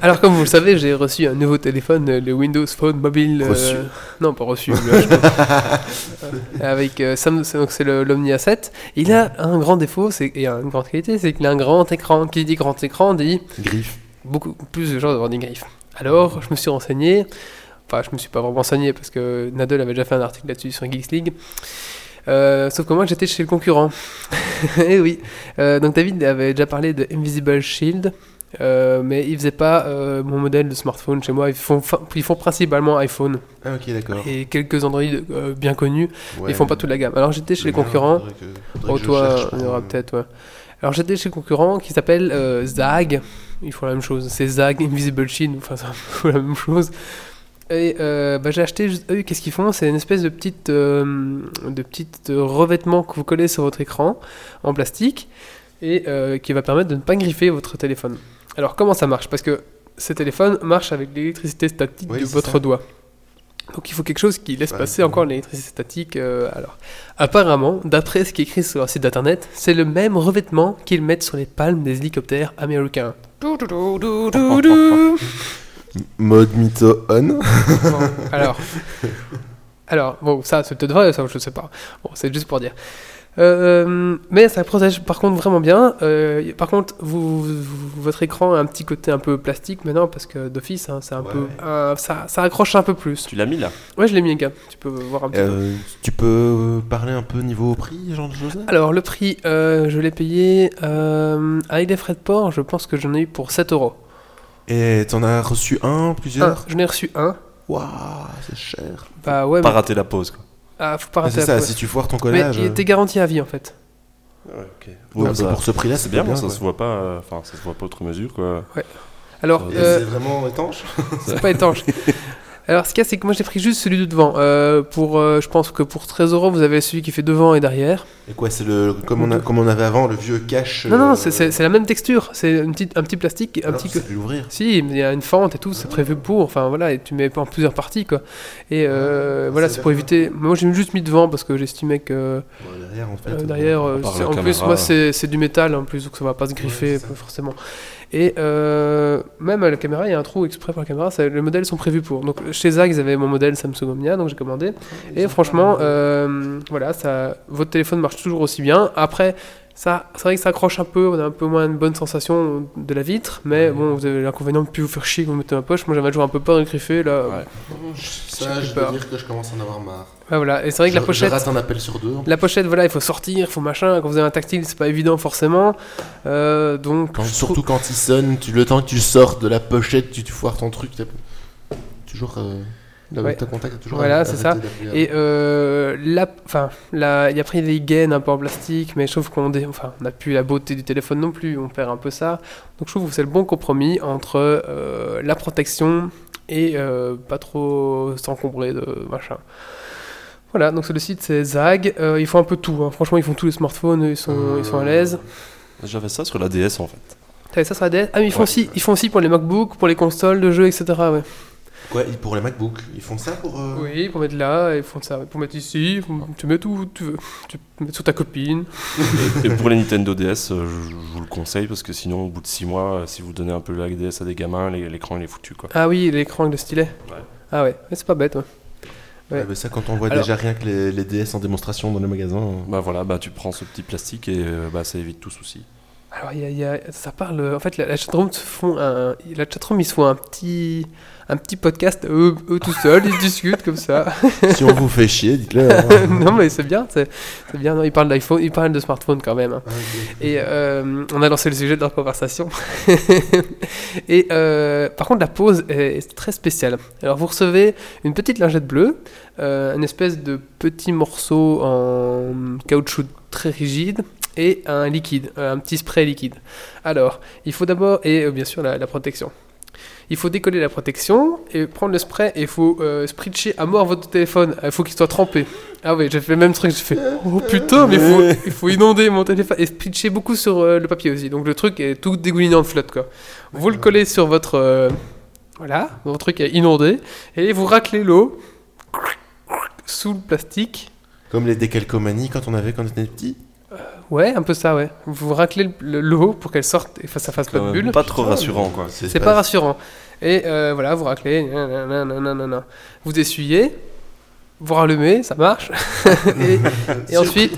Alors, comme vous le savez, j'ai reçu un nouveau téléphone, euh, le Windows Phone Mobile. euh,
Reçu.
Non, pas reçu. mais, euh, je- euh, avec euh, Samsung, donc c'est le- l'Omnia 7. Il a un grand défaut c'est- et une grande qualité, c'est qu'il a un grand écran. Qui dit grand écran dit
Griffe.
beaucoup plus de gens d'avoir des griffes. Alors, je me suis renseigné. Enfin, je me suis pas vraiment renseigné parce que Nadel avait déjà fait un article là-dessus sur Geeks League. Euh, sauf que moi, j'étais chez le concurrent. [LAUGHS] Et oui. Euh, donc David avait déjà parlé de Invisible Shield. euh, mais ils faisaient pas euh, mon modèle de smartphone chez moi. Ils font, fin- ils font principalement iPhone
Ah, ok, d'accord.
et quelques Android euh, bien connus.
Ouais,
ils font pas
mais-
toute la gamme. Alors j'étais chez les
Merde,
concurrents.
faudrait que- faudrait
Oh,
que je
toi,
cherche
on
pour- euh,
aura peut-être, ouais. Alors, j'étais chez le concurrent qui s'appelle euh, Zag. Ils font la même chose. C'est Zag, Invisible Shield, enfin, [LAUGHS] c'est un peu la même chose. Et euh, bah, j'ai acheté, juste- eux, qu'est-ce qu'ils font C'est une espèce de petite, euh, de petite euh, revêtement que vous collez sur votre écran en plastique et euh, qui va permettre de ne pas griffer votre téléphone. Alors, comment ça marche Parce que ces téléphones marchent avec l'électricité statique
Oui,
de
c'est
votre
ça.
doigt. Donc, il faut quelque chose qui laisse
Ouais.
passer encore l'électricité statique. euh, alors, Apparemment, d'après ce qui est écrit sur leur site internet, c'est le même revêtement qu'ils mettent sur les palmes des hélicoptères américains. Dou, dou, dou, dou,
[LAUGHS]
dou, dou.
Mode mytho on.
Bon, alors, alors, bon, ça, c'est peut-être vrai, ça, je sais pas. Bon, c'est juste pour dire. Euh, mais ça protège par contre vraiment bien. Euh, y- par contre, vous, vous- votre écran a un petit côté un peu plastique maintenant parce que d'office, hein, c'est un
Ouais.
peu, un- ça, ça accroche un peu plus.
Tu l'as mis là.
Ouais, je l'ai mis, les gars. Tu peux voir un petit peu.
Euh, tu peux euh, parler un peu niveau prix, genre de choses
Alors, le prix, euh, je l'ai payé euh, avec des frais de port, je pense que j'en ai eu pour 7 euros.
Et t'en as reçu un,
Un,
plusieurs
Je n'ai reçu un.
Waouh, c'est cher.
Bah ouais,
Pas
mais.
rater la pause, quoi.
Ah, faut pas
Ah,
rater
c'est
la
ça,
pause.
si tu foires ton
Mais
collage. euh,
il était Ah, garanti à vie en fait.
Ouais, bah,
Ouais,
c'est
ça-
pour ce prix-là,
C'est
c'est
bien,
bien.
moi, ça
quoi.
se voit pas. euh, Enfin, ça se voit pas outre mesure, quoi.
Alors,
Et
euh,
vraiment étanche
c'est pas
[LAUGHS]
étanche. Alors, ce qu'il y a, c'est que moi j'ai pris juste celui de devant. Euh, pour, euh, je pense que pour 13 euros, vous avez celui qui fait devant et derrière.
Et quoi, c'est le. Comme on, a, comme on avait avant, le vieux euh, cache.
Non, non, c'est- c'est c'est la même texture. C'est une petite, un petit plastique, un petit.
peu. l'ouvrir.
Si, il y a une fente et tout, c'est prévu pour. Enfin voilà, et tu mets en plusieurs parties quoi. Et euh,
Ah,
voilà,
c'est
c'est pour
bien.
éviter. Moi j'ai juste mis devant parce que j'estimais que
Bon, derrière, en fait.
euh,
euh,
derrière, euh,
part
c'est-
la
en plus
caméra.
moi c'est c'est du métal en plus donc ça va pas se griffer
Ouais, c'est ça.
pas forcément. Et euh, même à la caméra, il y a un trou exprès pour la caméra. ça- les modèles sont prévus pour. Donc chez Zag, ils avaient mon modèle Samsung Omnia, donc j'ai commandé. Et franchement, euh, voilà, ça, votre téléphone marche toujours aussi bien. Après, ça, c'est vrai que ça accroche un peu, on a un peu moins une bonne sensation de la vitre, mais bon, vous avez l'inconvénient de plus vous faire chier que vous le mettez dans la poche. Moi, j'avais toujours un peu peur de griffer là.
Ouais.
Ça,
j'ai
je peux
peur.
dire que je commence à en avoir marre.
Ouais, voilà. Et c'est vrai que la
Je-
pochette.
Je rate un appel sur deux.
La pochette, voilà, il faut sortir, il faut machin. Quand vous avez un tactile, c'est pas évident forcément. Euh, donc,
Quand-
je trouve-
surtout quand il sonne, tu, le temps que tu sortes de la pochette, tu, tu foires ton truc. t'as- Toujours. Euh, là,
Ouais.
T'as contact, t'as toujours.
Voilà,
arrêté
c'est ça.
d'appeler à-
Et euh, là, enfin, là, il y a pris des gaines un peu en plastique, mais je trouve qu'on dé- enfin, on n'a plus la beauté du téléphone non plus, on perd un peu ça. Donc je trouve que c'est le bon compromis entre euh, la protection et euh, pas trop s'encombrer de machin. Voilà, donc sur le site c'est Zag, Euh, ils font un peu tout, hein. franchement ils font tous les smartphones, ils sont, ils sont à l'aise.
J'avais ça sur la DS, en [LAUGHS] fait.
T'avais ça sur la DS Ah mais ils font,
Ouais.
aussi, ils font aussi pour les MacBooks, pour les consoles de jeux, etc. Ouais.
Quoi, ils- pour les MacBook, ils font ça pour. euh,
Oui, pour mettre là, ils font ça, pour mettre ici, tu mets tout où tu veux, tu mets sur ta copine.
Et pour les Nintendo DS, euh, je, je vous le conseille parce que sinon, au bout de 6 mois, euh, si vous donnez un peu la DS à des gamins, les- l'écran il est foutu quoi.
Ah oui, l'écran avec le stylet.
Ouais.
Ah ouais, mais c'est pas bête. ouais. Ouais.
Ah, mais ça, quand on voit
Alors-
déjà rien que les, les DS en démonstration dans le magasin. euh,
Bah voilà, bah tu prends ce petit plastique et euh, bah ça évite tout souci.
Alors il y a- il y a- ça parle. euh, En fait, la, la chatroom se font un, la chatroom ils se font un petit, un petit podcast eux, eux tout seuls, ils discutent comme ça.
euh, si on vous fait chier, dites-le.
[LAUGHS]
hein.
non mais c'est bien, c'est c'est bien. Non, ils parlent d'iPhone, ils parlent de smartphone quand même.
Ah,
hein. Et euh, on a lancé le sujet de leur conversation. [LAUGHS] Et euh, par contre, la pause est, est très spéciale. Alors, vous recevez une petite lingette bleue, euh, une espèce de petit morceau en caoutchouc très rigide et un liquide, un petit spray liquide. Alors, il faut d'abord, et euh, bien sûr, la, la protection. Il faut décoller la protection et prendre le spray et il faut euh, spritcher à mort votre téléphone. Il faut qu'il soit trempé. Ah oui, j'ai fait le même truc. J'ai fait Oh putain, mais faut- il faut inonder mon téléphone et spritcher beaucoup sur euh, le papier aussi. Donc le truc est tout dégoulinant de flotte quoi. Vous le collez sur votre. euh, voilà, votre truc est inondé et vous raclez l'eau sous le plastique.
Comme les décalcomanies quand on avait quand on était petit.
Ouais, un peu ça, ouais. Vous raclez le- l'eau pour qu'elle sorte et fa- ça fasse pas de Ah,
Quand même
bulle.
Euh, Pas trop rassurant, quoi.
C'est pas rassurant. Et euh, voilà, vous raclez, nanana, nanana. vous essuyez, vous rallumez, ça marche. [LAUGHS] et, et ensuite,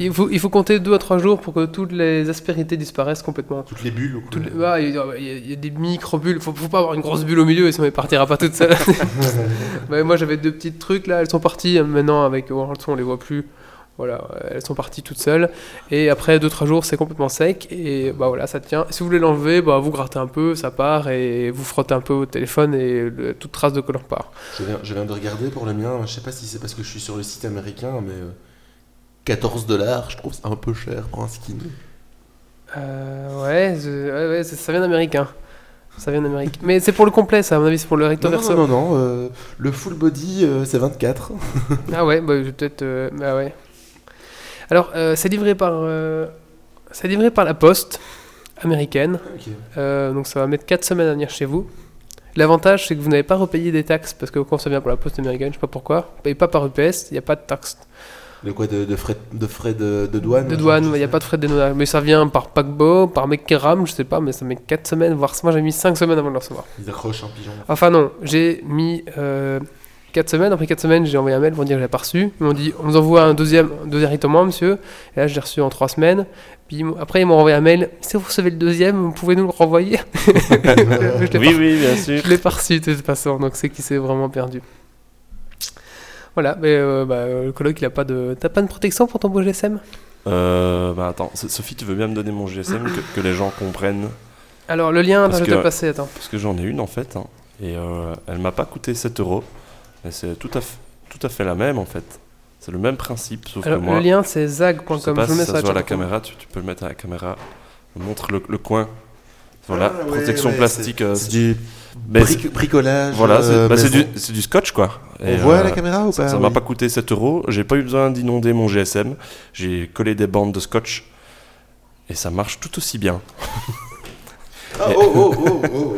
il faut, il faut compter 2 à 3 jours pour que toutes les aspérités disparaissent complètement.
[LAUGHS] Toutes les bulles. ou quoi.
Toutes les- bah, il y a- il y, a- il y a des micro-bulles, faut, faut pas avoir une grosse bulle au milieu, sinon elle partira pas toute seule. Bah, moi j'avais deux petites trucs là, elles sont parties, hein, maintenant avec Warholton on les voit plus. Voilà, euh, elles sont parties toutes seules. Et après 2-3 jours, c'est complètement sec. Et bah voilà, ça tient. Si vous voulez l'enlever, bah, vous grattez un peu, ça part. Et vous frottez un peu au téléphone et le- toute trace de collant part.
Je viens, je viens de regarder pour le mien. Je sais pas si c'est parce que je suis sur le site américain, mais euh, 14 dollars, je trouve c'est un peu cher pour un skin.
Euh, ouais, je- ouais, ouais, ça, ça vient d'Amérique. hein. Ça vient d'Amérique. Mais c'est pour le complet, ça, à mon avis, c'est pour le recto
Non, non,
verso.
non, non, non, euh, le full body, euh, c'est 24.
Ah ouais, bah, je vais peut-être. euh, bah ouais. Alors, euh, c'est livré par. euh, c'est livré par la poste américaine. Euh, donc ça va mettre 4 semaines à venir chez vous. L'avantage, c'est que vous n'avez pas repayé des taxes, parce que quand ça vient pour la poste américaine, je sais pas pourquoi, vous payez pas par UPS, il n'y a pas de taxes
De quoi De, de frais, de, frais de, de douane
de
genre,
douane,
je
il n'y a
sais.
pas de frais de douane. Mais ça vient par paquebot, par mec qui rame, je sais pas, mais ça met 4 semaines, voire moi j'ai mis 5 semaines avant de le recevoir.
Ils accrochent un pigeon.
Enfin non, j'ai mis 4 semaines. Après 4 semaines, j'ai envoyé un mail pour dire que je l'ai pas reçu. Ils m'ont dit, on vous envoie un deuxième, un deuxième règlement, monsieur. Et là, je l'ai reçu en 3 semaines. Puis ils m'ont- après, ils m'ont renvoyé un mail. Si vous recevez le deuxième, vous pouvez nous le
[LAUGHS]
renvoyer. Je l'ai
Oui, oui, bien sûr. [LAUGHS]
je l'ai pas reçu de toute façon, donc c'est qu'il s'est vraiment perdu. Voilà, mais euh, bah, euh, le coloc, il a pas de. T'as pas de protection pour ton beau GSM
Euh, bah attends, So- Sophie, tu veux bien me donner mon GSM que, que les gens comprennent
Alors, le lien,
Parce
attends, je
que-
vais te le passer, attends.
Parce que j'en ai une en fait, hein, et euh, elle m'a pas coûté 7 euros, mais c'est tout à, f- tout à fait la même en fait. C'est le même principe, sauf
Alors,
que moi.
le lien, c'est
je
zag.com.
sais pas
Je le
si
mets
ça
sur
se voit à la
chatroom.
caméra, tu, tu peux le mettre à la caméra. Montre le, le coin. Voilà,
Ah, ouais,
protection
ouais,
plastique. euh,
C'est du
mais c'est-
bric- bricolage.
voilà, c'est
euh,
bah, c'est
maison.
du, c'est du scotch quoi.
On
Et,
voit
euh,
la caméra ou pas
Ça m'a pas coûté 7 euros, j'ai pas eu besoin d'inonder mon GSM, j'ai collé des bandes de scotch et ça marche tout aussi bien.
Ah, oh, oh, oh, oh, oh, oh.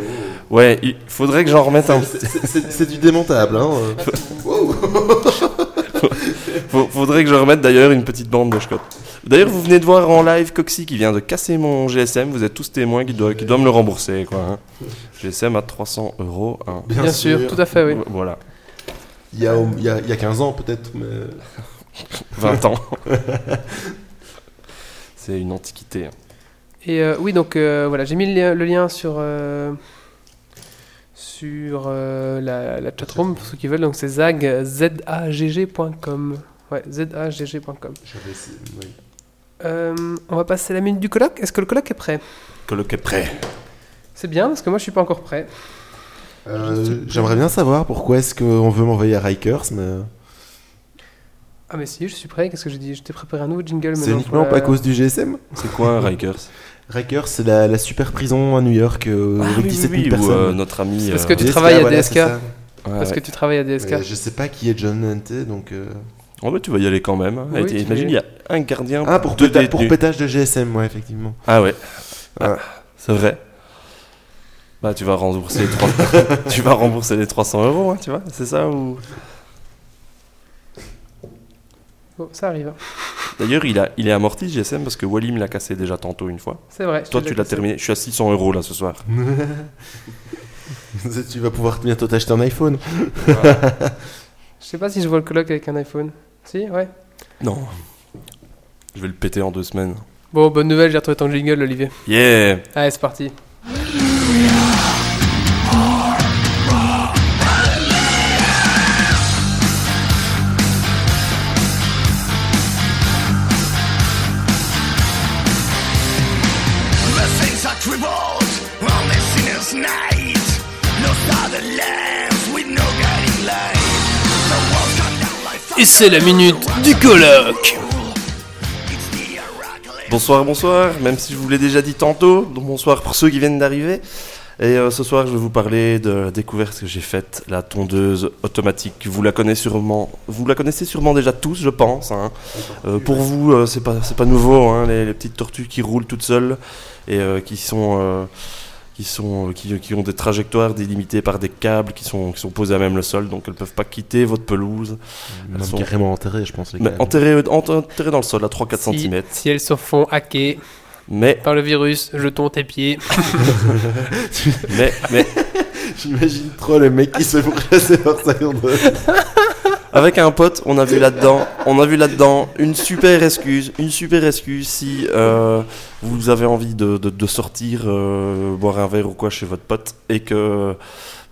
Ouais, il faudrait que j'en
[LAUGHS]
remette un.
C'est- c'est- C'est c'est du démontable. Hein. euh. Wow.
Faut- Faudrait que je remette d'ailleurs une petite bande de scotch. D'ailleurs, vous venez de voir en live Coxy qui vient de casser mon GSM, vous êtes tous témoins qui doit, qui doit me le rembourser quoi. hein. GSM à 300 euros. hein.
Bien, sûr, tout à fait, oui.
Voilà,
Il y a, il y a- il y a 15 ans peut-être, mais euh,
[LAUGHS]
20 ans. C'est une antiquité. hein.
Et euh, oui, donc euh, voilà, j'ai mis le, lien- le lien sur, euh, sur euh, la, la chatroom pour ceux qui veulent. Donc c'est zag, zagg.com. Ouais, zagg.com.
j'avais essayé, oui.
Euh, on va passer à la minute du colloque. Est-ce que le colloque est prêt
Colloque est prêt.
C'est bien parce que moi je suis pas encore prêt.
Euh, J'aimerais bien savoir pourquoi est-ce qu'on veut m'envoyer à Rikers, mais
Ah, mais si, je suis prêt. Qu'est-ce que j'ai dit Je t'ai préparé un nouveau jingle. mais
c'est
non,
uniquement
voilà.
à cause du GSM
C'est quoi un Rikers
Rikers, c'est la, la super prison à New York euh,
Ah
avec
oui, oui,
17 000
oui, ou,
personnes.
euh, notre ami.
Parce
euh,
que tu
DSK,
travailles à
voilà,
DSK.
c'est ça.
ouais,
Parce
ouais.
que tu travailles à DSK.
Mais je sais pas qui est John Nante, donc. euh,
Oh, mais tu vas y aller quand même. hein.
Oui,
Et
tu vas y
Imagine, il y a un gardien
Ah, pour,
deux
péta- pour
détenus.
pétage de GSM, ouais, effectivement. [LAUGHS]
Ah ouais.
Ah.
C'est vrai. Bah, tu vas rembourser les, trois- [LAUGHS] tu vas rembourser les 300 euros, hein, tu vois. C'est ça ou.
Bon, ça arrive. hein.
D'ailleurs, il, a... il est amorti ce GSM parce que Wally me l'a cassé déjà tantôt une fois.
C'est vrai. je
Toi,
te
tu l'as
cassé.
terminé. Je suis à 600 euros là ce soir.
tu vas pouvoir bientôt t'acheter un iPhone.
Je sais pas si je vois le colloque avec un iPhone. Si, ouais.
Non. Je vais le péter en deux semaines.
Bon, bonne nouvelle, j'ai retrouvé ton jingle, Olivier.
Yeah!
Allez, c'est parti.
The saints are crippled on the sinner's night. No starlit lamps with no guiding light. The walls come down like
Et c'est la minute du colloque.
it's the Oracle.
Bonsoir, bonsoir, même si je vous l'ai déjà dit tantôt, donc bonsoir pour ceux qui viennent d'arriver. Et euh, ce soir, je vais vous parler de la découverte que j'ai faite, la tondeuse automatique. Vous la connaissez sûrement, vous la connaissez sûrement déjà tous, je pense. hein. Euh, pour vous, euh, c'est pas, c'est pas nouveau, hein, les, les petites tortues qui roulent toutes seules et euh, qui sont, euh, qui sont, euh, qui, qui ont des trajectoires délimitées par des câbles qui sont, qui sont posés à même le sol, donc elles peuvent pas quitter votre pelouse.
Même
sont-
carrément enterré, je pense. les
Mais
gars.
enterrées, ent- enterrées dans le sol à 3-4
Si-
cm.
Si elles se font hacker
Mais,
par le virus, jetons tes pieds.
mais, mais,
[LAUGHS] J'imagine trop le mec qui se fait presser par sa
[LAUGHS]
tondeuse.
Avec un pote, on a vu là-dedans, on a vu là-dedans une super excuse, une super excuse si euh, vous avez envie de, de- de sortir, euh, boire un verre ou quoi chez votre pote et que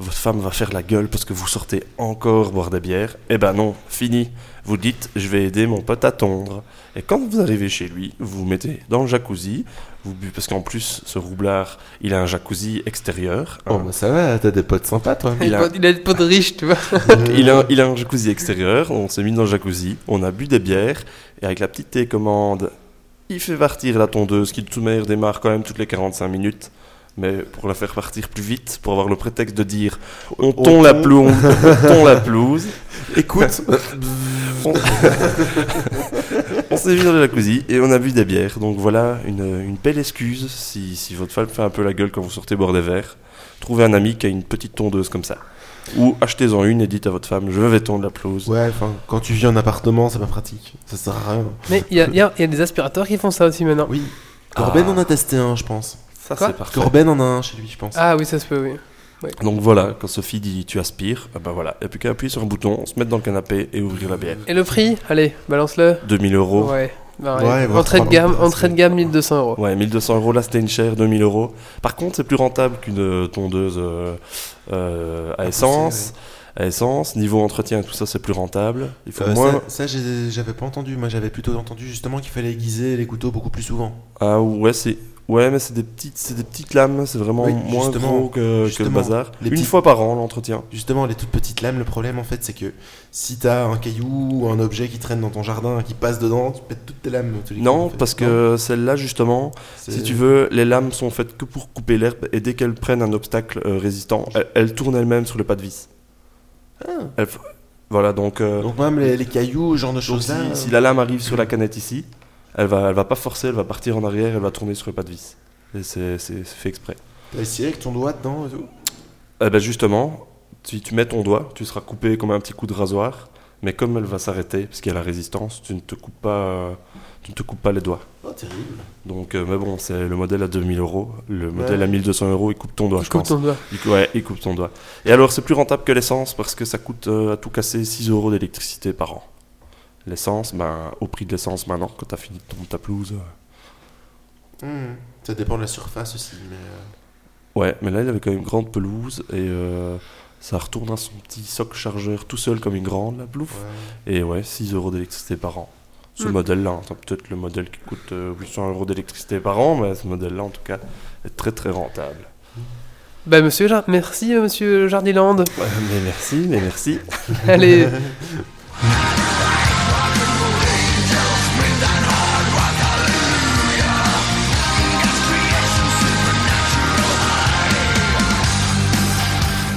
votre femme va faire la gueule parce que vous sortez encore boire des bières. Eh ben non, fini. Vous dites, je vais aider mon pote à tondre. Et quand vous arrivez chez lui, vous vous mettez dans le jacuzzi, vous buvez parce qu'en plus ce roublard, il a un jacuzzi extérieur.
Oh,
hein.
bah ça va, t'as des potes sympas, toi.
Il
Il
a
a-
des potes riches, tu vois.
[LAUGHS] Il a, il a un jacuzzi extérieur, on s'est mis dans le jacuzzi, on a bu des bières, et avec la petite télécommande, il fait partir la tondeuse qui de toute manière démarre quand même toutes les 45 minutes, mais pour la faire partir plus vite, pour avoir le prétexte de dire on
On
tond la
tond.
[LAUGHS] pelouse, on tond la pelouse,
[LAUGHS] Écoute,
on, on s'est mis dans le jacuzzi et on a bu des bières, donc voilà une, une belle excuse si, si votre femme fait un peu la gueule quand vous sortez boire des verres, trouvez un ami qui a une petite tondeuse comme ça. Ou achetez-en une et dites à votre femme, je vais tondre la pelouse.
ouais, enfin, quand tu vis en appartement, c'est pas pratique. Ça sert à rien.
Mais il y, a- il y a il y a des aspirateurs qui font ça aussi maintenant.
Oui. Corben
Ah.
en a testé un, je pense.
Ça,
Quoi
c'est parfait.
Corben en a un chez lui, je pense.
Ah oui, ça se peut, oui.
Donc voilà, quand Sophie dit tu aspires, eh ben voilà, il n'y a plus qu'à appuyer sur un bouton, se mettre dans le canapé et ouvrir la bière.
Et le prix Allez, balance-le.
2000 euros. Ouais,
Ouais. bah,
Ouais,
allez.
bah,
entrée de
trois
gamme,
mille,
entrée de gamme 1200 euros.
1200 euros, là c'était une chère, 2000 euros. Par contre, c'est plus rentable qu'une euh, tondeuse euh, euh, à essence. À essence, niveau entretien, tout ça, c'est plus rentable. Il faut
Euh,
moins.
Ça, ça, j'ai- j'avais pas entendu. Moi, j'avais plutôt entendu justement qu'il fallait aiguiser les couteaux beaucoup plus souvent.
Ah ouais, c'est. Ouais, mais c'est des petites, c'est des petites lames, c'est vraiment
Oui,
moins
justement,
gros que, que le
justement.
bazar.
Les
une
petites-
fois par an, l'entretien.
Justement, les toutes petites lames, le problème en fait, c'est que si t'as un caillou ou un objet qui traîne dans ton jardin, qui passe dedans, tu pètes toutes tes lames. tous les coups,
Non,
en fait.
parce
Non,
que celle-là, justement,
c'est-
Si tu veux, les lames sont faites que pour couper l'herbe et dès qu'elles prennent un obstacle euh, résistant, elles, elles tournent elles-mêmes sur le pas de vis. Elles f- voilà, donc, euh,
Donc, euh, même les, les cailloux, ce genre de
donc
choses
si,
là.
si la lame arrive sur la canette ici, elle va, elle va pas forcer, elle va partir en arrière, elle va tourner sur le pas de vis. Et c'est c'est- c'est fait exprès.
T'as essayé avec euh, ton doigt dedans et tout
Eh ben justement, si tu mets ton doigt, tu seras coupé comme un petit coup de rasoir, mais comme elle va s'arrêter, parce qu'il y a la résistance, tu ne te coupes pas, euh, tu ne te coupes pas les doigts.
Oh, terrible.
Donc, euh, mais bon, c'est le modèle à 2000 euros, le modèle
Ouais.
à 1200 euros, il coupe ton doigt, je
Coupe
pense.
ton doigt.
Il cou- ouais, il coupe ton doigt. Et alors, c'est plus rentable que l'essence parce que ça coûte euh, à tout casser 6 euros d'électricité par an. L'essence, ben, au prix de l'essence maintenant, quand t'as fini de ton- ta pelouse. euh.
Hmm. Ça dépend de la surface aussi, mais. euh,
Ouais, mais là, il avait quand même une grande pelouse et euh, ça retourne à son petit soc chargeur tout seul comme une grande, la plouf.
Ouais.
Et ouais, 6 euros d'électricité par an. Ce modèle-là, hein, t'as peut-être le modèle qui coûte euh, 800 euros d'électricité par an, mais ce modèle-là, en tout cas, est très très rentable.
Bah, monsieur, Jar- merci, euh, monsieur Jardiland.
Ouais, mais merci, mais merci.
Allez.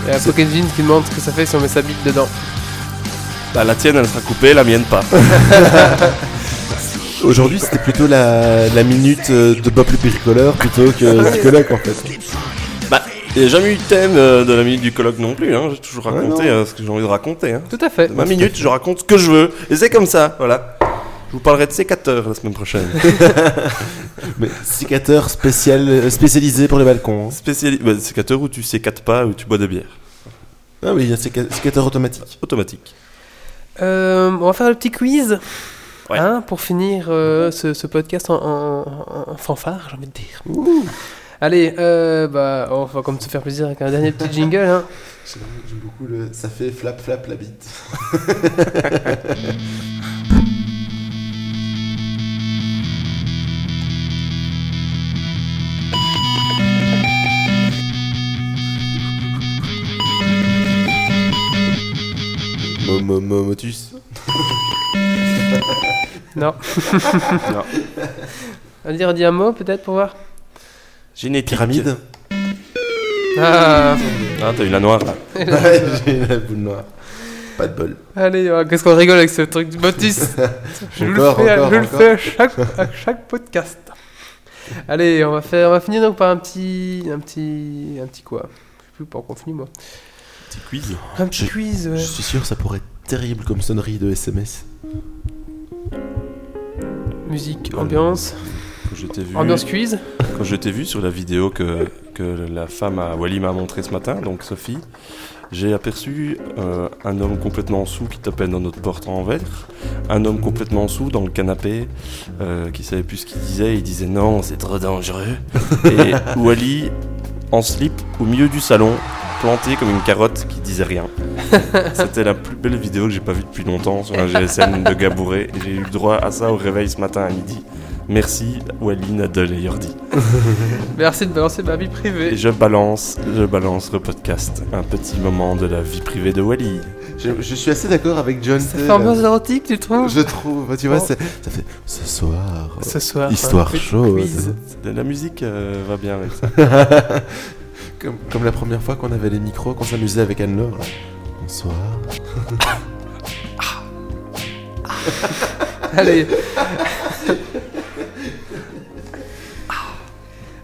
Il y a Pocket Jean qui demande ce que ça fait si on met sa bite dedans.
Bah, la tienne, elle sera coupée, la mienne pas.
Aujourd'hui, c'était plutôt la, la minute euh, de Bob le bricoleur plutôt que du colloque en fait.
Bah, il n'y a jamais eu de thème euh, de la minute du colloque non plus. Hein. J'ai toujours raconté euh, ce que j'ai envie de raconter. Hein.
Tout à fait.
De ma minute, je raconte ce que je veux. Et c'est comme ça, voilà. Je vous parlerai de sécateurs la semaine [LAUGHS] prochaine.
Mais sécateur spécial, euh, spécialisé pour les balcons. hein.
Spéciali... Bah, sécateur où tu sécates pas, où tu bois des bières.
Ah oui, il y a séca- sécateur automatique.
Automatique.
Euh, on va faire le petit quiz.
Ouais.
Hein, pour finir euh, ce, ce podcast en, en- en- en fanfare, j'ai envie de dire. Allez, euh, bah, on va comme se faire plaisir avec un dernier petit jingle. Hein.
J'aime beaucoup le. Ça fait flap flap la [LAUGHS] bite. Motus. [LAUGHS]
Non. [LAUGHS]
Non.
On va dire, on dit un mot peut-être pour voir
Génétique.
Pyramide.
Ah,
Ah, t'as eu la noire là.
Ouais, J'ai la boule noire. Pas de bol.
allez, ah, qu'est-ce qu'on rigole avec ce truc du
[LAUGHS]
Baptiste Je le
Encore,
fais, à-
encore,
je le
encore.
fais à, chaque, à chaque podcast. Allez, on va, faire, on va finir donc par un petit. Un petit. Un petit quoi Je sais plus par quoi on finit moi.
Petit quiz.
Un petit
Je-
quiz, ouais.
Je suis sûr, ça pourrait être terrible comme sonnerie de SMS.
Musique, ambiance.
Quand je t'ai vu,
Ambiance quiz
quand je t'ai vu sur la vidéo que, que la femme à Wally m'a montrée ce matin, donc Sophie, j'ai aperçu euh, un homme complètement sous qui tapait dans notre porte en verre, un homme complètement sous dans le canapé euh, qui savait plus ce qu'il disait, il disait non, c'est trop dangereux. Et Wally en slip au milieu du salon, planté comme une carotte qui disait rien. C'était la plus belle vidéo que j'ai pas vue depuis longtemps sur un GSM de Gabouré et j'ai eu le droit à ça au réveil ce matin à midi. Merci Wally, Nadal et Yordi.
Merci de balancer ma vie
Et
privée.
je balance, je balance le podcast. Un petit moment de la vie privée de Wally.
Je, je suis assez d'accord avec John.
Ça
Tay,
fait
là.
ambiance érotique, tu trouves
[LAUGHS] Je trouve, tu vois,
Oh.
c'est- ça fait ce soir.
Ce soir. un
Histoire
petit
chaude.
quiz.
La musique euh, va
[LAUGHS]
bien avec ça.
[LAUGHS] Comme, comme la première fois qu'on avait les micros, qu'on s'amusait avec Anne-Laure. là. Bonsoir.
Allez.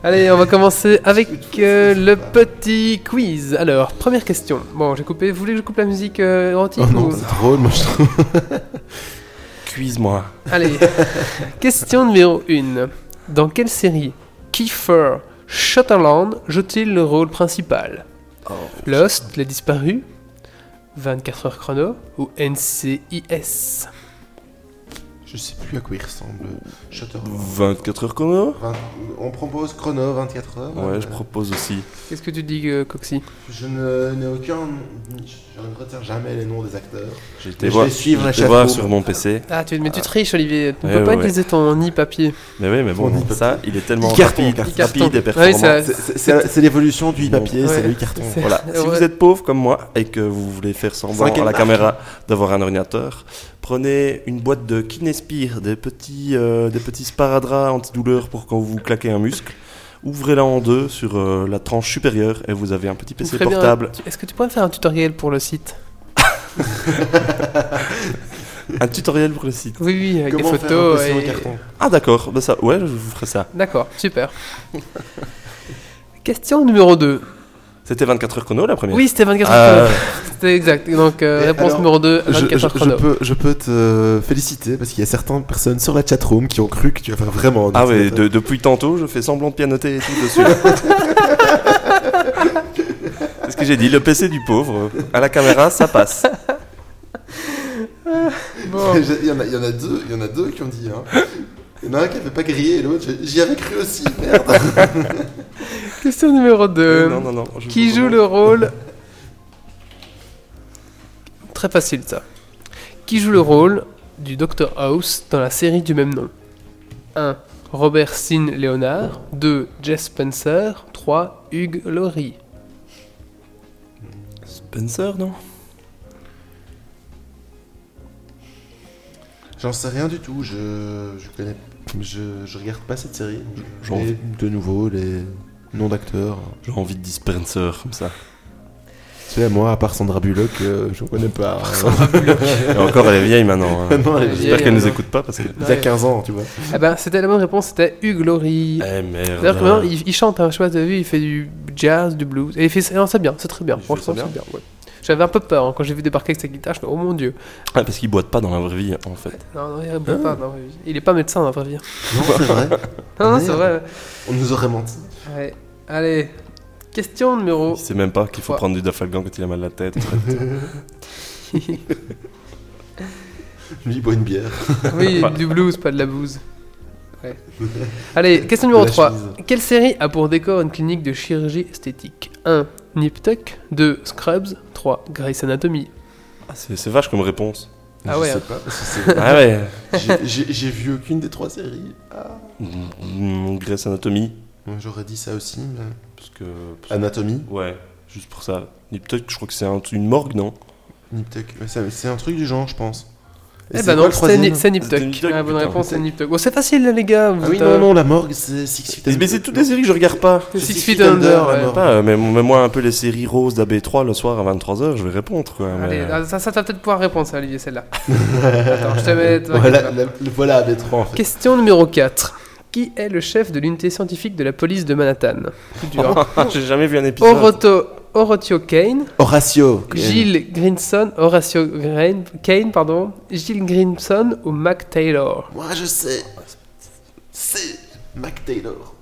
Allez, on va commencer avec euh, le petit quiz. Alors, première question. Bon, j'ai coupé. Vous voulez que je coupe la musique euh, érotique
Oh non,
ou-
c'est drôle, moi je trouve. [LAUGHS]
Cuise-moi.
Allez. question numéro 1. Dans quelle série Kiefer Sutherland joue-t-il le rôle principal Lost, Les Disparus, 24 heures chrono ou NCIS
Je sais plus à quoi il ressemble. Shutter.
24 heures chrono
Vingt- On propose chrono 24 heures.
Ouais, je propose aussi.
Qu'est-ce que tu dis, euh, Coxy
Je ne- n'ai aucun. Je ne retiens jamais les noms des acteurs.
J'ai été
Mais je
voir,
vais suivre
j'ai
la
été voir
chapeau.
sur mon PC.
Ah, tu, mais tu triches, Olivier. Tu ne
Ouais,
peux pas
ouais,
utiliser ton nid papier.
Mais oui, mais bon,
On y peut
ça, il est tellement
Carton,
rapide,
carton.
rapide et
Ouais,
performant.
ça-
C'est- c'est- C'est c'est l'évolution du papier,
Ouais.
c'est le carton.
C'est- [LAUGHS]
Voilà. Si
Ouais.
vous êtes pauvre comme moi et que vous voulez faire semblant
Cinquième
à
marque.
la caméra d'avoir un ordinateur, prenez une boîte de Kinespire, des petits, euh, des petits sparadraps antidouleurs pour quand vous claquez un muscle. Ouvrez-la en deux sur euh, la tranche supérieure et vous avez un petit
Vous
PC
ferez bien-
portable.
tu- Est-ce que tu pourrais me faire un tutoriel pour le site
Un tutoriel pour le site.
Oui, oui, avec
Comment
des
faire un
photos.
PC
et-
au carton
Ah d'accord, bah ça, ouais, je vous ferai ça.
D'accord, super. Question numéro 2.
C'était 24 heures chrono la première.
Oui, c'était 24
Ah,
heures chrono. C'était exact. Donc, euh,
Et
réponse
alors,
numéro 2,
Je,
24
je-
heures
je
chrono.
peux, je peux te euh, féliciter parce qu'il y a certaines personnes sur la chatroom qui ont cru que tu vas faire vraiment. un
Ah ouais,
ordinateur.
de- depuis tantôt, je fais semblant de pianoter et tout
[LAUGHS]
dessus. C'est ce que j'ai dit, le PC du pauvre, à la caméra, ça passe.
Bon.
Je- [LAUGHS] Il y, en a- il y en a deux, il y en a deux qui ont dit. Hein. Il y en a un qui avait pas grillé et l'autre, j'ai- j'y avais cru aussi, merde.
Question numéro
Euh,
2.
Euh, non, non, non. je
Euh, Qui
vous
joue
demande.
le
[LAUGHS]
rôle Très facile ça. Qui joue le rôle du Dr House dans la série du même nom 1. Robert Sean Leonard 2. Jess Spencer 3. Hugues Laurie
Spencer, non
[LAUGHS] J'en sais rien du tout, je, je connais. Je, je regarde pas cette série. Je-
J'en-
et de nouveau, les noms d'acteurs.
J'ai envie de dire Spencer, comme [LAUGHS] ça.
C'est à moi, à part Sandra Bullock, euh, je connais pas.
Et encore, elle est vieille maintenant. hein.
Non, elle est
vieille,
J'espère qu'elle nous
alors.
écoute pas parce que.
Il y a 15 ans, tu vois.
Eh ben c'était la bonne réponse, c'était Hugues Laurie.
Eh merde.
D'ailleurs, maintenant, il, il chante, hein, je sais pas, t'as vu, il fait du jazz, du blues. Et il fait ça, non, c'est bien, c'est très bien.
Il fait
Franchement,
ça
c'est bien. ouais. J'avais un peu peur hein, quand j'ai vu débarquer avec sa guitare, je fais, oh mon dieu.
Ah, parce qu'il boite pas dans la vraie vie, en fait.
Non, non, il répond pas,
Hein
dans la vraie vie. Il est pas médecin hein, dans la vraie vie.
Non, c'est vrai.
Non, non,
Merde.
c'est vrai.
[LAUGHS] On nous aurait menti.
Ouais. Allez, question numéro.
Il sait même pas qu'il faut
Ouais.
prendre du dafalgan quand il a mal la [LAUGHS] tête.
Lui, il boit une bière.
Oui, du blues, pas de la bouse. Ouais.
[LAUGHS]
Allez, question numéro
De la
3.
chemise.
Quelle série a pour décor une clinique de chirurgie esthétique 1. Nip Tuck 2. Scrubs 3. Grey's Anatomy
Ah, c'est c'est vache comme réponse.
Ah
je
ouais,
sais
hein.
pas. parce [LAUGHS] que
Ah ouais.
c'est- j'ai- J'ai j'ai vu aucune des trois séries. Ah.
Mm, Grey's Anatomy.
Moi, J'aurais dit ça aussi. mais-
Parce que. parce que-
Anatomie.
Ouais, juste pour ça. Et peut-être que je crois que c'est un- une morgue, non
Nip Tuck. Ouais, ça- C'est un truc du genre, je pense.
Eh
c'est
ben
quoi
non,
le
c'est
troisième
Nip- c'est Nip
C'était
Tuck.
Nip Tuck,
Ah, bonne
putain.
réponse, c'est Nip Tuck. Bon, c'est facile, là, les gars. vous
Ah oui,
êtes, euh,
non, non, la morgue, c'est Six Feet
Mais c'est toutes des séries que je regarde pas.
Six
Six
Feet
Feet
Under.
Under,
ouais.
la mort. [LAUGHS]
Ah, mais, mais moi, un peu les séries roses d'AB3 le soir à 23h, je vais répondre. Quoi, mais- euh,
Allez, ah, ça, ça t'as peut-être pouvoir répondre, ça, Olivier,
[LAUGHS]
celle-là. Attends, je te mets. t'inquiète
Voilà,
pas.
la- le- voilà AB3 en fait.
Question numéro 4. Qui est le chef de l'unité scientifique de la police de Manhattan Plus dur.
[LAUGHS]
[LAUGHS] J'ai jamais vu un épisode.
Oroto, Orotio Kane,
Horatio.
Gilles Grinson, Horatio Grain- Kane, pardon, Gilles Grinson ou Mac
[LAUGHS]
Taylor
Moi, je sais. C'est Mac Taylor.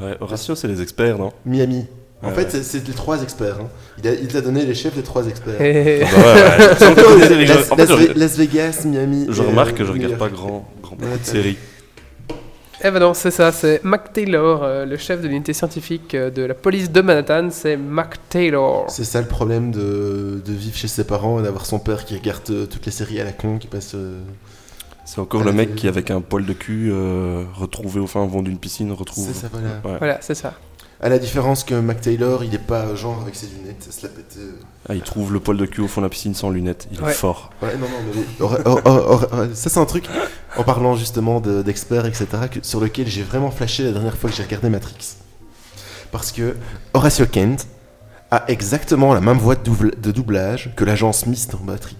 Ouais, Horatio, c'est les
[LAUGHS]
experts, non
Miami. En
Ouais,
fait,
ouais.
c'est- c'est les trois experts. hein. Il, a, il t'a donné les chefs des trois experts. [LAUGHS]
Eh,
Ouais, ouais, ouais. Sans toutes les séries que
Las,
je- En fait,
Las-
je-
Las Vegas, Miami.
je
et,
remarque
euh,
que je
New
regarde
York.
pas grand, grand beaucoup
Ouais,
de
t'as-
séries.
eh ben non, c'est ça, c'est Mac Taylor, euh, le chef de l'unité scientifique euh, de la police de Manhattan, c'est Mac Taylor.
C'est ça le problème de, de vivre chez ses parents et d'avoir son père qui regarde euh, toutes les séries à la con qui passe. euh,
C'est encore le mec qui, avec un poil de cul, euh, retrouvé au fin fond d'une piscine, retrouve.
C'est ça, voilà.
Ouais.
Voilà, c'est ça.
À la différence que Mac Taylor, il est pas euh, genre avec ses lunettes, ça se la pète. euh.
Ah, il trouve le poil de cul au fond de la piscine sans lunettes. Il
Ouais.
est fort.
Ouais, non, non, mais. Or- or- or- or- or- ça, c'est un truc, en parlant justement de- d'experts, etc., que- sur lequel j'ai vraiment flashé la dernière fois que j'ai regardé Matrix. Parce que Horatio Kent a exactement la même voix de, double- de doublage que l'agence Mist dans Matrix.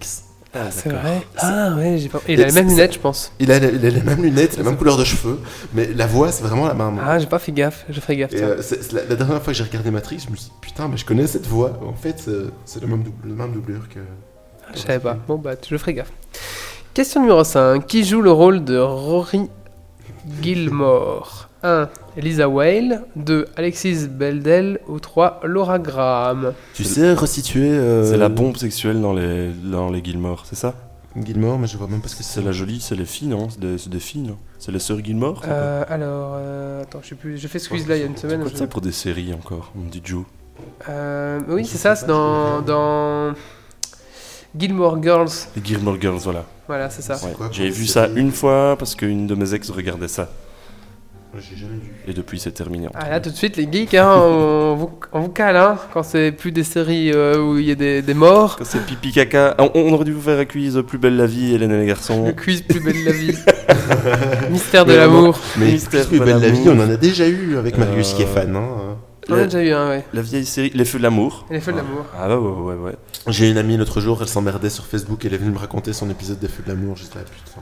c'est vrai. Ah ouais, j'ai pas. Il a
Et
les mêmes
c'est-
lunettes, je pense.
Il a, il a les mêmes lunettes, la même couleur de cheveux, mais la voix, c'est vraiment la même.
Ah, j'ai pas fait gaffe, je ferai gaffe.
Et
tiens.
euh, c'est- c'est la, la dernière fois que j'ai regardé Matrix, je me suis dit putain, mais je connais cette voix. En fait, euh, c'est la même, double- la même doublure que.
Je savais pas. Bon, bah, je ferai gaffe. Question numéro 5. Qui joue le rôle de Rory Gilmore 1. Lisa Whale. 2. Alexis Beldel. Ou 3. Laura Graham.
Tu sais resituer. euh,
C'est la bombe sexuelle dans les, dans les Gilmore, c'est ça
Gilmore, mais je vois même pas ce que c'est.
C'est la jolie, c'est les filles, non C'est des, c'est des filles, non C'est les sœurs Gilmore ça peut-
Euh, alors, euh, attends, je sais plus. J'ai fait Squeeze là il y a une
C'est
semaine.
quoi
je-
ça pour des séries encore On me dit Joe.
Euh, oui, c'est ça, c'est dans, dans Gilmore Girls.
Les Gilmore Girls, voilà.
Voilà, Ah, c'est ça.
Ouais.
quoi
J'ai
pour
vu
des
ça
séries
une fois parce qu'une de mes ex regardait ça.
J'ai jamais vu.
Et depuis, c'est terminé.
Ah là tout de suite les geeks, hein, on, vous, on vous cale hein, quand c'est plus des séries euh, où il y a des, des morts.
Quand c'est pipi caca, on, on aurait dû vous faire un quiz Plus belle la vie, Hélène et les
Le [LAUGHS]
garçons.
quiz plus belle la vie. Mystère de
Mais vraiment,
l'amour.
Mais
Mystère
Mystère plus
de
belle la vie,
l'amour.
on en a déjà eu avec Marius
Euh,
qui est fan. hein.
J'en ai
La,
déjà eu un, ouais.
la vieille série Les Feux de l'amour.
Et les feux de l'amour.
Ah ouais, ouais, ouais. ouais.
J'ai une amie l'autre jour, elle s'emmerdait sur Facebook, elle est venue me raconter son épisode des Feux de l'amour. J'étais là, putain.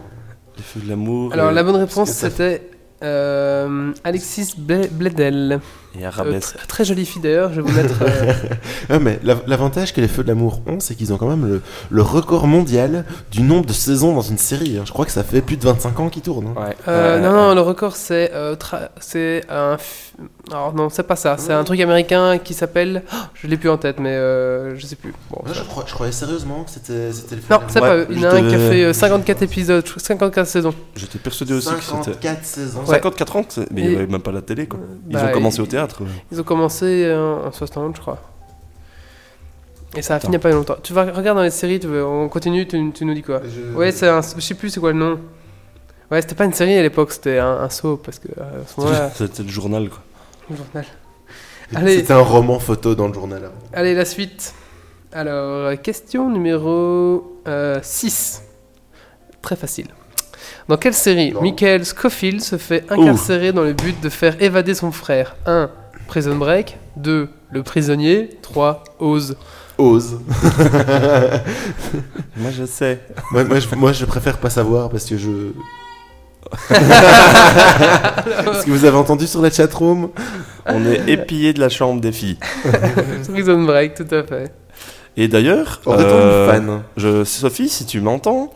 Les Feux de l'amour.
Alors
et-
la bonne réponse
que ça
c'était euh, Alexis Ble- Bledel.
Et
Euh,
Arabesque.
tr- très jolie fille d'ailleurs, je vais vous mettre. euh,
Ouais, Ah, mais l'av- l'avantage que les Feux de l'amour ont, c'est qu'ils ont quand même le, le record mondial du nombre de saisons dans une série. hein. Je crois que ça fait plus de 25 ans qu'ils tournent. hein.
Ouais.
euh,
Ouais.
non, non, le record c'est euh, tra- c'est un. f- Alors non, c'est pas ça, c'est un truc américain qui s'appelle. Oh, je l'ai plus en tête, mais euh, je sais plus. Bon,
Moi, je, crois- je croyais sérieusement que c'était c'était les Feux
Non,
de
c'est
l'amour.
pas eux.
Ouais,
Il y en a un
j'étais-
qui a fait euh, 54 épisodes, je crois, 54 saisons.
J'étais persuadé aussi que c'était.
54 saisons.
Ouais.
54 ans que c'est- Mais il
Et-
n'y avait même pas la télé, quoi. Ils
Bah,
ont commencé
ils-
au théâtre.
Ils ont commencé euh, en 60, je crois. Et ça a fini il y a pas longtemps. Tu vas regarder dans les séries, tu veux- on continue, tu, tu nous dis quoi
Je-
Ouais, c'est un. Je sais plus c'est quoi le nom. Ouais, c'était pas une série à l'époque, c'était un, un saut, parce que euh, à ce moment-là,
[LAUGHS] C'était le journal, quoi.
le journal. Allez,
C'était un roman photo dans le journal. avant.
allez, la suite. Alors, euh, question numéro 6. Très facile. Dans quelle série
Non.
Michael Scofield se fait incarcérer dans le but de faire évader son frère 1. Prison Break 2. Le prisonnier 3. Ose
Ose.
Moi, je sais.
moi, moi, je, moi, je préfère pas savoir parce que
[LAUGHS]
je. Est-ce que vous avez entendu sur la chatroom
On est épillé de la chambre des filles.
Prison Break, tout à fait.
Et d'ailleurs,
On est
euh,
fan.
je- Sophie, si tu m'entends,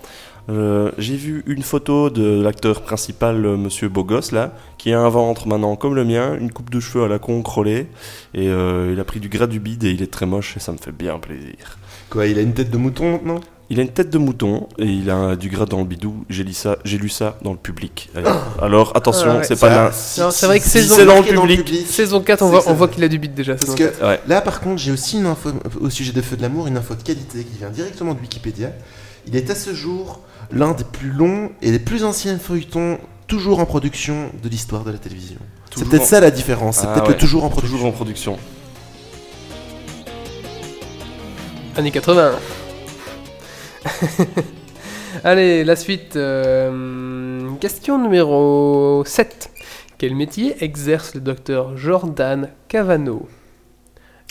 euh, j'ai vu une photo de l'acteur principal, euh, Monsieur Beau Gosse, là, qui a un ventre maintenant comme le mien, une coupe de cheveux à la con crôlée, et euh, il a pris du gras du bide et il est très moche et ça me fait bien plaisir.
Quoi, il a une tête de mouton maintenant
Il a une tête de mouton et il a du gras dans le bidou. J'ai lu ça, j'ai lu ça dans le public. Alors, alors, attention,
Ah ouais.
c'est pas là.
Non, c'est vrai que saison-
c'est dans le public.
Saison 4, on
C'est
voit,
ça.
on voit qu'il a du beat déjà.
Parce
saison
que
4.
Ouais.
là, par contre, j'ai aussi une info au sujet de Feu de l'amour, une info de qualité qui vient directement de Wikipédia. Il est à ce jour l'un des plus longs et des plus anciens feuilletons toujours en production de l'histoire de la télévision. C'est
Tout le
peut-être
monde-
ça la différence, c'est
Ah
peut-être
ouais.
le toujours en production.
Toujours en production.
Années 80. [LAUGHS] Allez, la suite. euh, question numéro 7. Quel métier exerce le docteur Jordan Cavano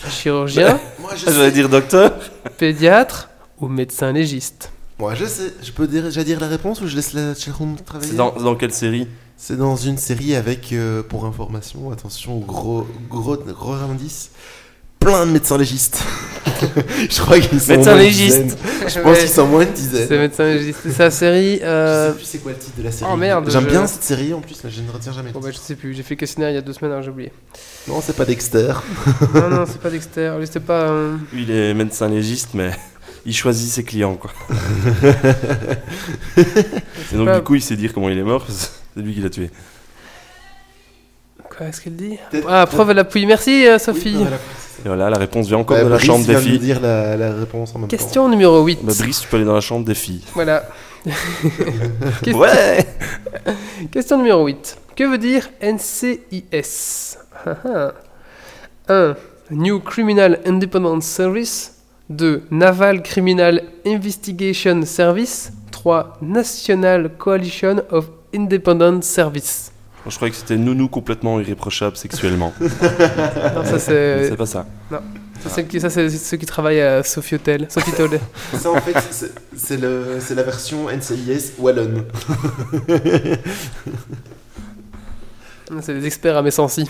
[LAUGHS]
Chirurgien,
Moi je,
Ah, J'allais
sais.
dire docteur.
pédiatre ou médecin légiste
Moi je sais. Je peux dire- déjà dire la réponse ou je laisse la chatroom travailler
C'est dans, dans quelle série
C'est dans une série avec, euh, pour information, attention, gros, gros, gros indice, plein de médecins légistes. [LAUGHS] je crois qu'ils sont. au
Médecins
moins une
légistes.
dizaine. Je pense qu'ils sont au moins une dizaine.
C'est médecin légiste. C'est sa série.
Je
euh,
[LAUGHS] sais plus c'est quoi le titre de la série.
oh, merde,
J'aime
je-
bien cette série en plus, mais je ne retiens jamais. le
Bon, bah, je
titre.
sais plus. J'ai fait questionnaire il y a deux semaines, alors j'ai
[LAUGHS]
oublié.
bah,
Non, c'est pas Dexter.
non, non, c'est pas Dexter. Lui, c'était pas. euh,
Lui, il est médecin légiste, mais [LAUGHS] il choisit ses
[LAUGHS]
clients, quoi. Et donc,
pas-
du coup, il sait dire comment il est mort, parce que c'est lui qui l'a tué.
Quoi, est-ce qu'elle dit
Peut-être-
Ah, preuve à l'appui. Merci, euh, Sophie.
Oui, voilà.
Et voilà, la réponse vient encore
Bah,
de la
Brice
chambre des
vient de
filles.
dire la, la réponse en même temps.
Question numéro 8.
Bah, Brice, tu peux aller dans la chambre des filles.
[LAUGHS]
Voilà. Question-
Ouais
[LAUGHS] Question numéro 8. Que veut dire [LAUGHS] NCIS 1. New Criminal Independent Service. 2. Naval Criminal Investigation Service. 3. National Coalition of Independent
[LAUGHS]
Service.
Moi, Je croyais que c'était nounou complètement irréprochable sexuellement.
Euh,
Non, ça,
Mais
c'est
C'est pas ça.
ça, c'est qui- ça, c'est ceux qui travaillent à Sofitel. Sofitel.
Ça en fait, c'est- c'est le- c'est la version NCIS Wallon.
Ah, C'est des experts à mes sensi.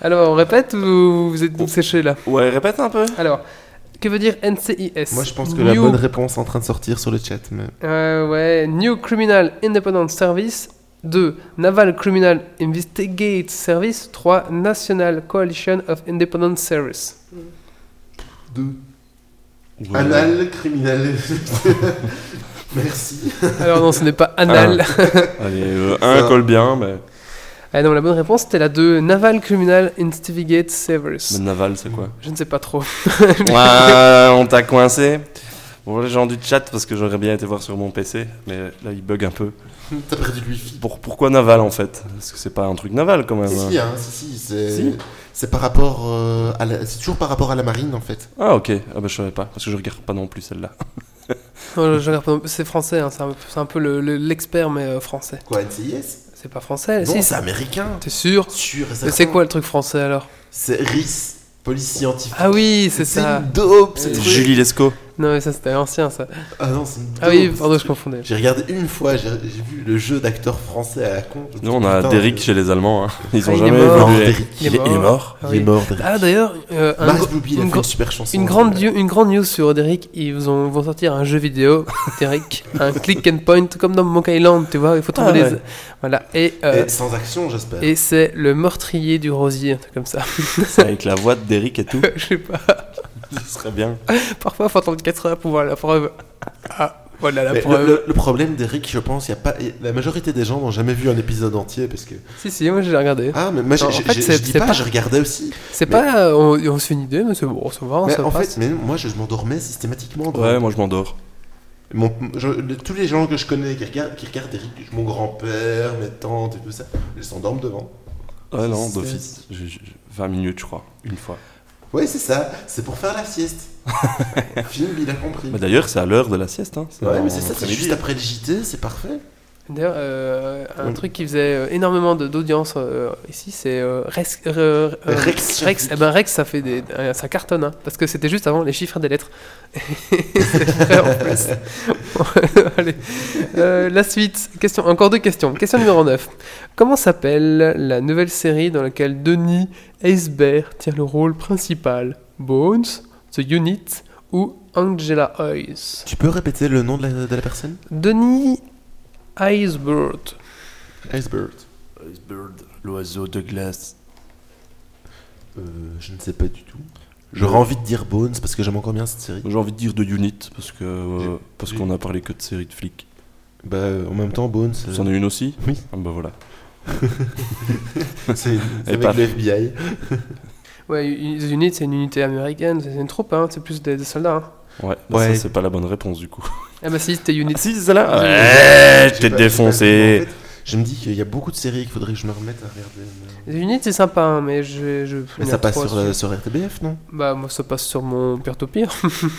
Alors, on répète ou vous êtes séchés là
Ouais, répète un peu.
Alors, que veut dire NCIS
Moi je pense que la
New-
bonne réponse est en train de sortir sur le chat. Mais...
Euh, ouais, New Criminal Independent Service. 2. Naval Criminal Investigate Service. 3. National Coalition of Independent Service.
Deux.
Ouais.
Anal criminel. [LAUGHS] Merci.
Alors non, ce n'est pas anal.
Ah.
Allez, euh, un colle bien, mais...
Ah non, la bonne réponse c'était la 2. Naval Criminal Investigate
mais
Service.
Naval, c'est
[LAUGHS]
quoi
Je ne sais pas trop.
Ouais, on t'a coincé. Bon, les gens du chat, parce que j'aurais bien été voir sur mon PC, mais là, il bug un peu.
T'as perdu le wifi.
Pour, pourquoi naval en fait Parce que c'est pas un truc naval quand même.
Si,
hein.
si, hein, si, si, c'est
Si.
c'est par rapport euh, à la... c'est toujours par rapport à la marine en fait.
Ah ok, ah bah, je savais pas, parce que je regarde pas non plus celle-là.
Non, je- je regarde pas non plus. c'est français, hein, c'est un, c'est un peu le- le- l'expert, mais euh, français.
Quoi, NCIS
C'est pas français,
Non,
Euh, si
c'est américain.
T'es sûr
Sûr et
Mais
certain.
c'est quoi le truc français alors
C'est RIS, police scientifique.
Ah oui, c'est
c'est
ça. Euh,
une dope, c'est
Julie Lescaut.
Non, mais ça c'était ancien ça.
Ah non, c'est une dope.
Ah oui,
ce
pardon, je
truc.
confondais.
J'ai regardé une fois, j'ai j'ai vu le jeu d'acteurs français à la con.
Nous on a
Putain,
Derrick
euh,
chez les Allemands, hein. ils
Ah,
ont
il est
jamais
mort.
évolué.
Non, Derrick,
il est
Il est- il est mort.
Ah
Il est
oui.
mort, Derrick.
Ah d'ailleurs, euh, un
Mars
gros-
Blueby, il a
une
fait
gro-
une super chanson. euh,
Une grande, dieu- une grande news sur Derrick, ils vous ont- vont sortir un jeu vidéo, Derrick, un click and point, comme dans Monkey Island, tu vois, il faut trouver
Ah ouais.
les... Voilà, et, euh,
Et sans action, j'espère.
et c'est le meurtrier du rosier, un truc comme ça. [LAUGHS]
Avec la voix de Derrick et [LAUGHS] tout,
Je sais pas,
ce serait bien.
parfois faut attendre 4 heures pour voir la preuve. Ah, voilà la
Mais
preuve.
le, le- le problème d'Eric, je pense, y a pas, la majorité des gens n'ont jamais vu un épisode entier parce que
Si, si, moi j'ai regardé.
ah mais moi j'ai-
Non, en
j'ai-
fait,
j'ai-
c'est-
je dis
c'est
pas,
pas-
je regardais aussi.
c'est
mais-
pas, euh, on, on se fait une idée, mais c'est bon, on se voit, on
Mais
se
en
passe.
fait, mais moi je, je m'endormais systématiquement. dans-
Ouais, moi je m'endors.
Mon- je- le- tous les gens que je connais qui regardent, qui regardent Eric, mon grand-père, mes tantes et tout ça, ils s'endorment devant.
Ouais non,
C'est-
d'office. Je- je- 20 minutes je crois, une fois.
Ouais, c'est ça. C'est pour faire la [LAUGHS] sieste. Film, il a compris.
Mais Bah, d'ailleurs c'est à l'heure de la sieste. Hein.
Ouais,
en
mais c'est ça, c'est
après-midi.
juste après le JT, c'est parfait.
D'ailleurs, euh, un
Oui.
truc qui faisait euh, énormément de- d'audience euh, ici, c'est euh, Rex, euh, euh,
Rex.
Rex, eh ben, Rex, ça fait des, euh, ça cartonne, hein, parce que c'était juste avant les chiffres des lettres. [LAUGHS] C'est vrai, en plus. [LAUGHS] Allez. Euh, la suite. Question, encore deux questions. Question numéro 9. Comment s'appelle la nouvelle série dans laquelle Denis Eisbert tient le rôle principal Bones, The Unit ou Angela Hayes
Tu peux répéter le nom de la, de la personne
Denis Eisbert.
Iceberg.
Icebird, l'oiseau de glace.
Euh, je ne sais pas du tout. J'aurais envie de dire Bones parce que j'aime encore bien cette série.
J'ai envie de dire de unit parce que euh, parce qu'on a parlé que de séries de flics.
Bah, euh, en même temps, Bones, euh,
Vous en avez une aussi
Oui.
Ah bah voilà.
c'est [LAUGHS] c'est
Et
avec
paf.
le FBI.
Ouais, u- The Unit, c'est une unité américaine, c'est une troupe, hein, c'est plus des, des soldats. hein.
Ouais, bah,
Ouais.
ça c'est pas la bonne réponse du coup.
Ah bah si, c'était Unit.
Si, c'est celle-là
Ah,
Ouais,
J'ai
t'es
pas-
défoncé
j'ai pas- en fait, Je me dis qu'il y a beaucoup de séries qu'il faudrait que je me remette à regarder. Mais,
Les Unites, c'est sympa, hein, mais je. je
mais
il y
ça
a
passe
trois
sur, la-
sur-
sur RTBF, non
Bah, moi, ça passe sur mon pire pire. [LAUGHS]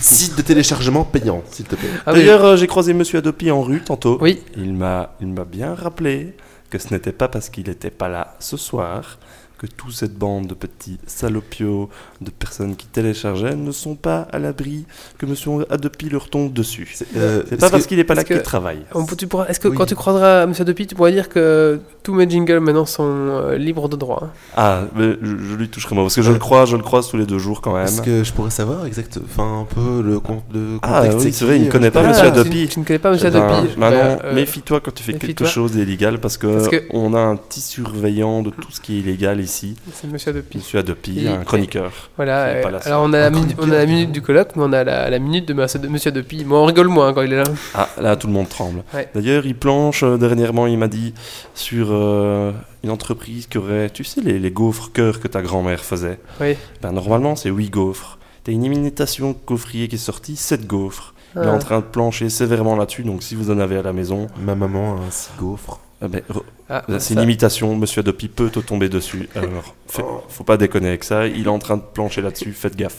Site de téléchargement payant, s'il te plaît.
Ah, oui.
D'ailleurs, euh, j'ai croisé Monsieur Adopi en rue tantôt.
Oui.
Il m'a, il m'a bien rappelé que ce n'était pas parce qu'il n'était pas là ce soir que toute cette bande de petits salopios, de personnes qui téléchargeaient, ne sont pas à l'abri que Monsieur Adopi leur tombe dessus. C'est,
Euh,
pas
est-ce
parce
que-
qu'il n'est pas là
est-ce que-
qu'il travaille.
On peut- tu pourras- Est-ce que
Oui.
quand tu croiseras Monsieur Dupuis, tu pourras dire que tous mes jingles maintenant sont euh, libres de droit hein.
Ah, mais je, je lui toucherai moi parce
Euh,
que je le crois, je le croise tous les deux jours quand même.
Est-ce que je pourrais savoir exact, enfin un peu le, con- le contexte
Ah, oui,
qui,
c'est vrai, il ne
euh,
connaît pas
euh,
Monsieur
tu-
Adopi.
Ah, Tu ne connais pas Monsieur
Eh ben,
Adopi
Manon,
bah, euh,
méfie-toi quand tu fais quelque
méfie-toi.
chose d'illégal parce que,
Parce que-
on a un petit surveillant de tout ce qui est illégal ici.
C'est Monsieur Adopi.
Monsieur Adopi,
Il-
un chroniqueur.
Voilà.
qui n'est
euh,
pas là, ça.
alors on a,
Un
la minute,
chroniqueur,
on a la
dis
minute
donc.
du colloque, mais on a la, la minute de Monsieur Monsieur Adopi. Moi, on rigole moins hein, quand il est là.
Ah, là, tout le monde tremble.
Ouais.
D'ailleurs, il planche. euh, dernièrement, il m'a dit sur euh, une entreprise qui aurait, tu sais, les, les gaufres cœur que ta grand-mère faisait.
Oui.
Ben, normalement, c'est 8 gaufres. T'as une imitation gaufrier qui est sortie, 7 gaufres. Il est
Ah.
en train de plancher sévèrement là-dessus, donc si vous en avez à la maison,
Ma maman a un six gaufres.
eh ben, re-
Ah,
Là, C'est
ça-
une imitation, Monsieur Adopi peut te tomber dessus. Alors, fais- faut pas déconner avec ça, il est en train de plancher là-dessus, faites gaffe.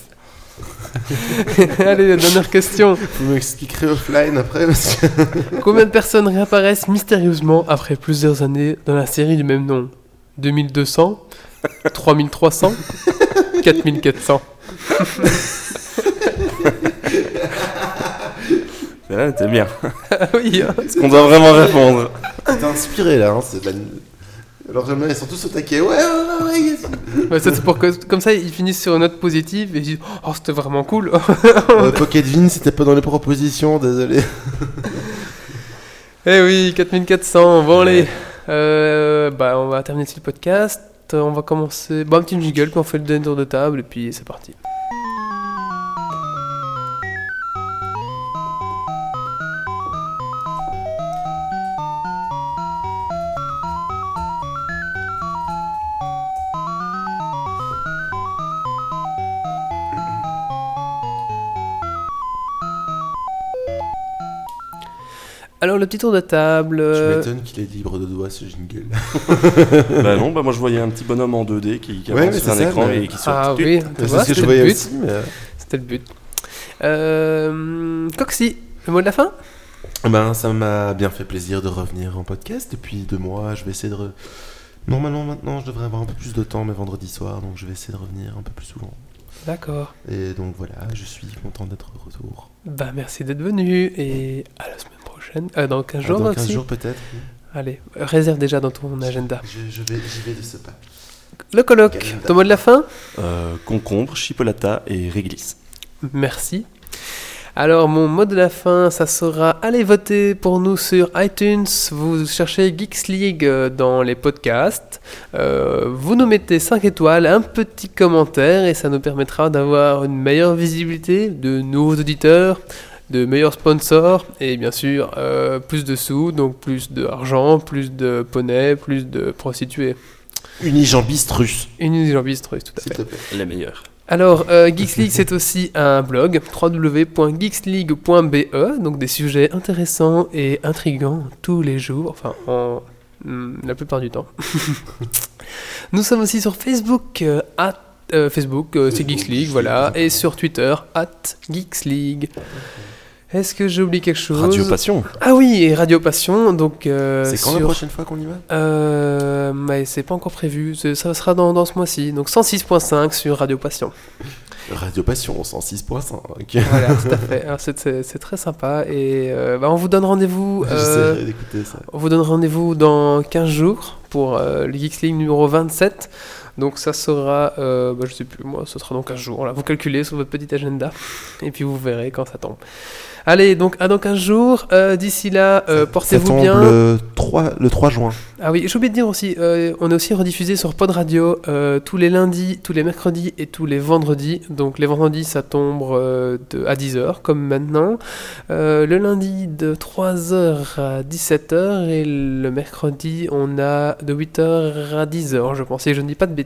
[LAUGHS] Allez, la dernière question.
Vous m'expliquerez offline après parce que...
Combien de personnes réapparaissent mystérieusement après plusieurs années dans la série du même nom 2200 3300 4400
Ben, Là, t'es bien.
Ah oui, hein.
Est-ce qu'on doit vraiment répondre
[LAUGHS] T'es inspiré là, hein, c'est de la... Alors jamais ils sont tous au taquet. Ouais, ouais, ouais, [LAUGHS] ouais, yes.
Ouais, ça, c'est pour que- comme ça, ils finissent sur une note positive et ils disent Oh, c'était vraiment cool.
Euh, Pocket Vin, c'était pas dans les propositions, désolé.
eh oui, 4400. Bon, allez. Euh, bah, on va terminer ici le podcast. Euh, On va commencer. Bon, un petit jingle, puis on fait le dernier tour de table, et puis c'est parti. Alors, le petit tour de table.
Je
euh,
m'étonne qu'il est libre de doigts ce
[LAUGHS]
jingle.
Bah non, bah moi je voyais un petit bonhomme en 2D qui, qui
Ouais,
avance
mais
sur un
c'est ça,
écran
mais-
et qui sort.
Ah
Tut.
oui, tu
C'est
vois,
ce que
c'était
je
le
voyais
but.
aussi, mais... euh,
C'était le but. Euh, Coxy, le mot de la fin
Ben, ça m'a bien fait plaisir de revenir en podcast depuis deux mois. Je vais essayer de. re- Normalement, maintenant, je devrais avoir un peu plus de temps, mais vendredi soir, donc je vais essayer de revenir un peu plus souvent.
D'accord.
Et donc voilà, je suis content d'être de retour.
Bah, merci d'être venu et à la semaine prochaine. Euh, dans 15 jours
Ah, dans 15
aussi.
jours peut-être. oui.
Allez, euh, réserve déjà dans ton agenda.
Je, je vais, j'y vais de ce pas.
Le colloque, ton mot de la fin
Euh, concombre, chipolata et réglisse.
Merci. Alors, mon mot de la fin, ça sera allez voter pour nous sur iTunes. Vous cherchez Geeks League euh, dans les podcasts. Euh, vous nous mettez 5 étoiles, un petit commentaire et ça nous permettra d'avoir une meilleure visibilité, de nouveaux auditeurs, de meilleurs sponsors et bien sûr euh, plus de sous, donc plus d'argent, plus de poneys, plus de prostituées.
Unijambiste russe,
Une unijambiste russe, tout à fait.
s'il te plaît.
Les meilleurs.
Alors, euh, Geeks League, c'est aussi un blog, www.geeksleague.be, donc des sujets intéressants et intrigants tous les jours, enfin, en, hmm, la plupart du
[LAUGHS]
temps. Nous sommes aussi sur Facebook, euh, at- euh, Facebook, euh, c'est
Facebook,
Geeks League,
Geeks
voilà,
League,
et sur Twitter, at Geeks League. Est-ce que j'ai oublié quelque chose
Radio Passion.
Ah oui, et Radio Passion, donc... euh,
C'est quand la
sur-
prochaine fois qu'on y va
euh, mais c'est pas encore prévu, c'est- ça sera dans, dans ce mois-ci, donc 106.5 sur Radio Passion.
Radio Passion [LAUGHS] 106.5.
Voilà, tout à fait. Alors, c'est- C'est c'est très sympa. Et euh, bah, on vous donne rendez-vous. euh,
J'essaierai d'écouter ça.
on vous donne rendez-vous dans 15 jours pour euh, le Geeks League numéro 27. Donc ça sera, euh, bah, je sais plus moi, ce sera dans 15 jours. Là. Vous calculez sur votre petit agenda et puis vous verrez quand ça tombe. Allez, donc à dans 15 jours. Euh, D'ici là, euh,
Ça
portez-vous
tombe
bien.
le 3, le 3 juin.
Ah oui, j'ai oublié de dire aussi, euh, on est aussi rediffusé sur Pod Radio euh, tous les lundis, tous les mercredis et tous les vendredis. Donc les vendredis, ça tombe euh, de- à 10h comme maintenant. Euh, le lundi de 3h à 17h et le mercredi, on a de 8h à 10h, je pense, et je ne dis pas de bêtises.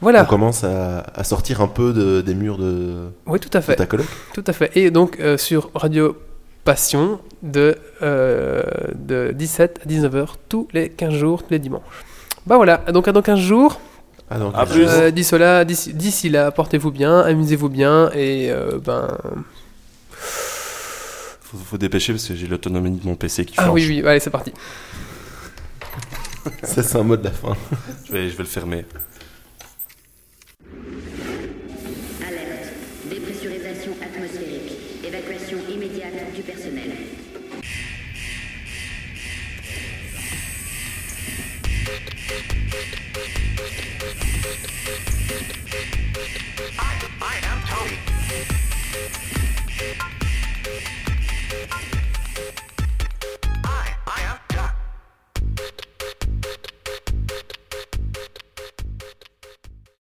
On
Voilà,
commence à, à sortir un peu de- des murs de,
oui, tout à
de
fait.
ta coloc.
Tout à fait. Et donc euh, sur radio passion de, euh, de 17 à 19h tous les 15 jours, tous les dimanches. Bah voilà, donc à dans 15 jours.
Ah, donc,
À
euh,
plus.
Euh, d'ici là, d'ici d'ici là, portez-vous bien, amusez-vous bien et euh, ben
Faut, faut dépêcher parce que j'ai l'autonomie de mon PC qui
ah
flanche.
oui oui, allez c'est parti.
Ça, c'est un mot de la fin.
Je, vais, je vais le fermer.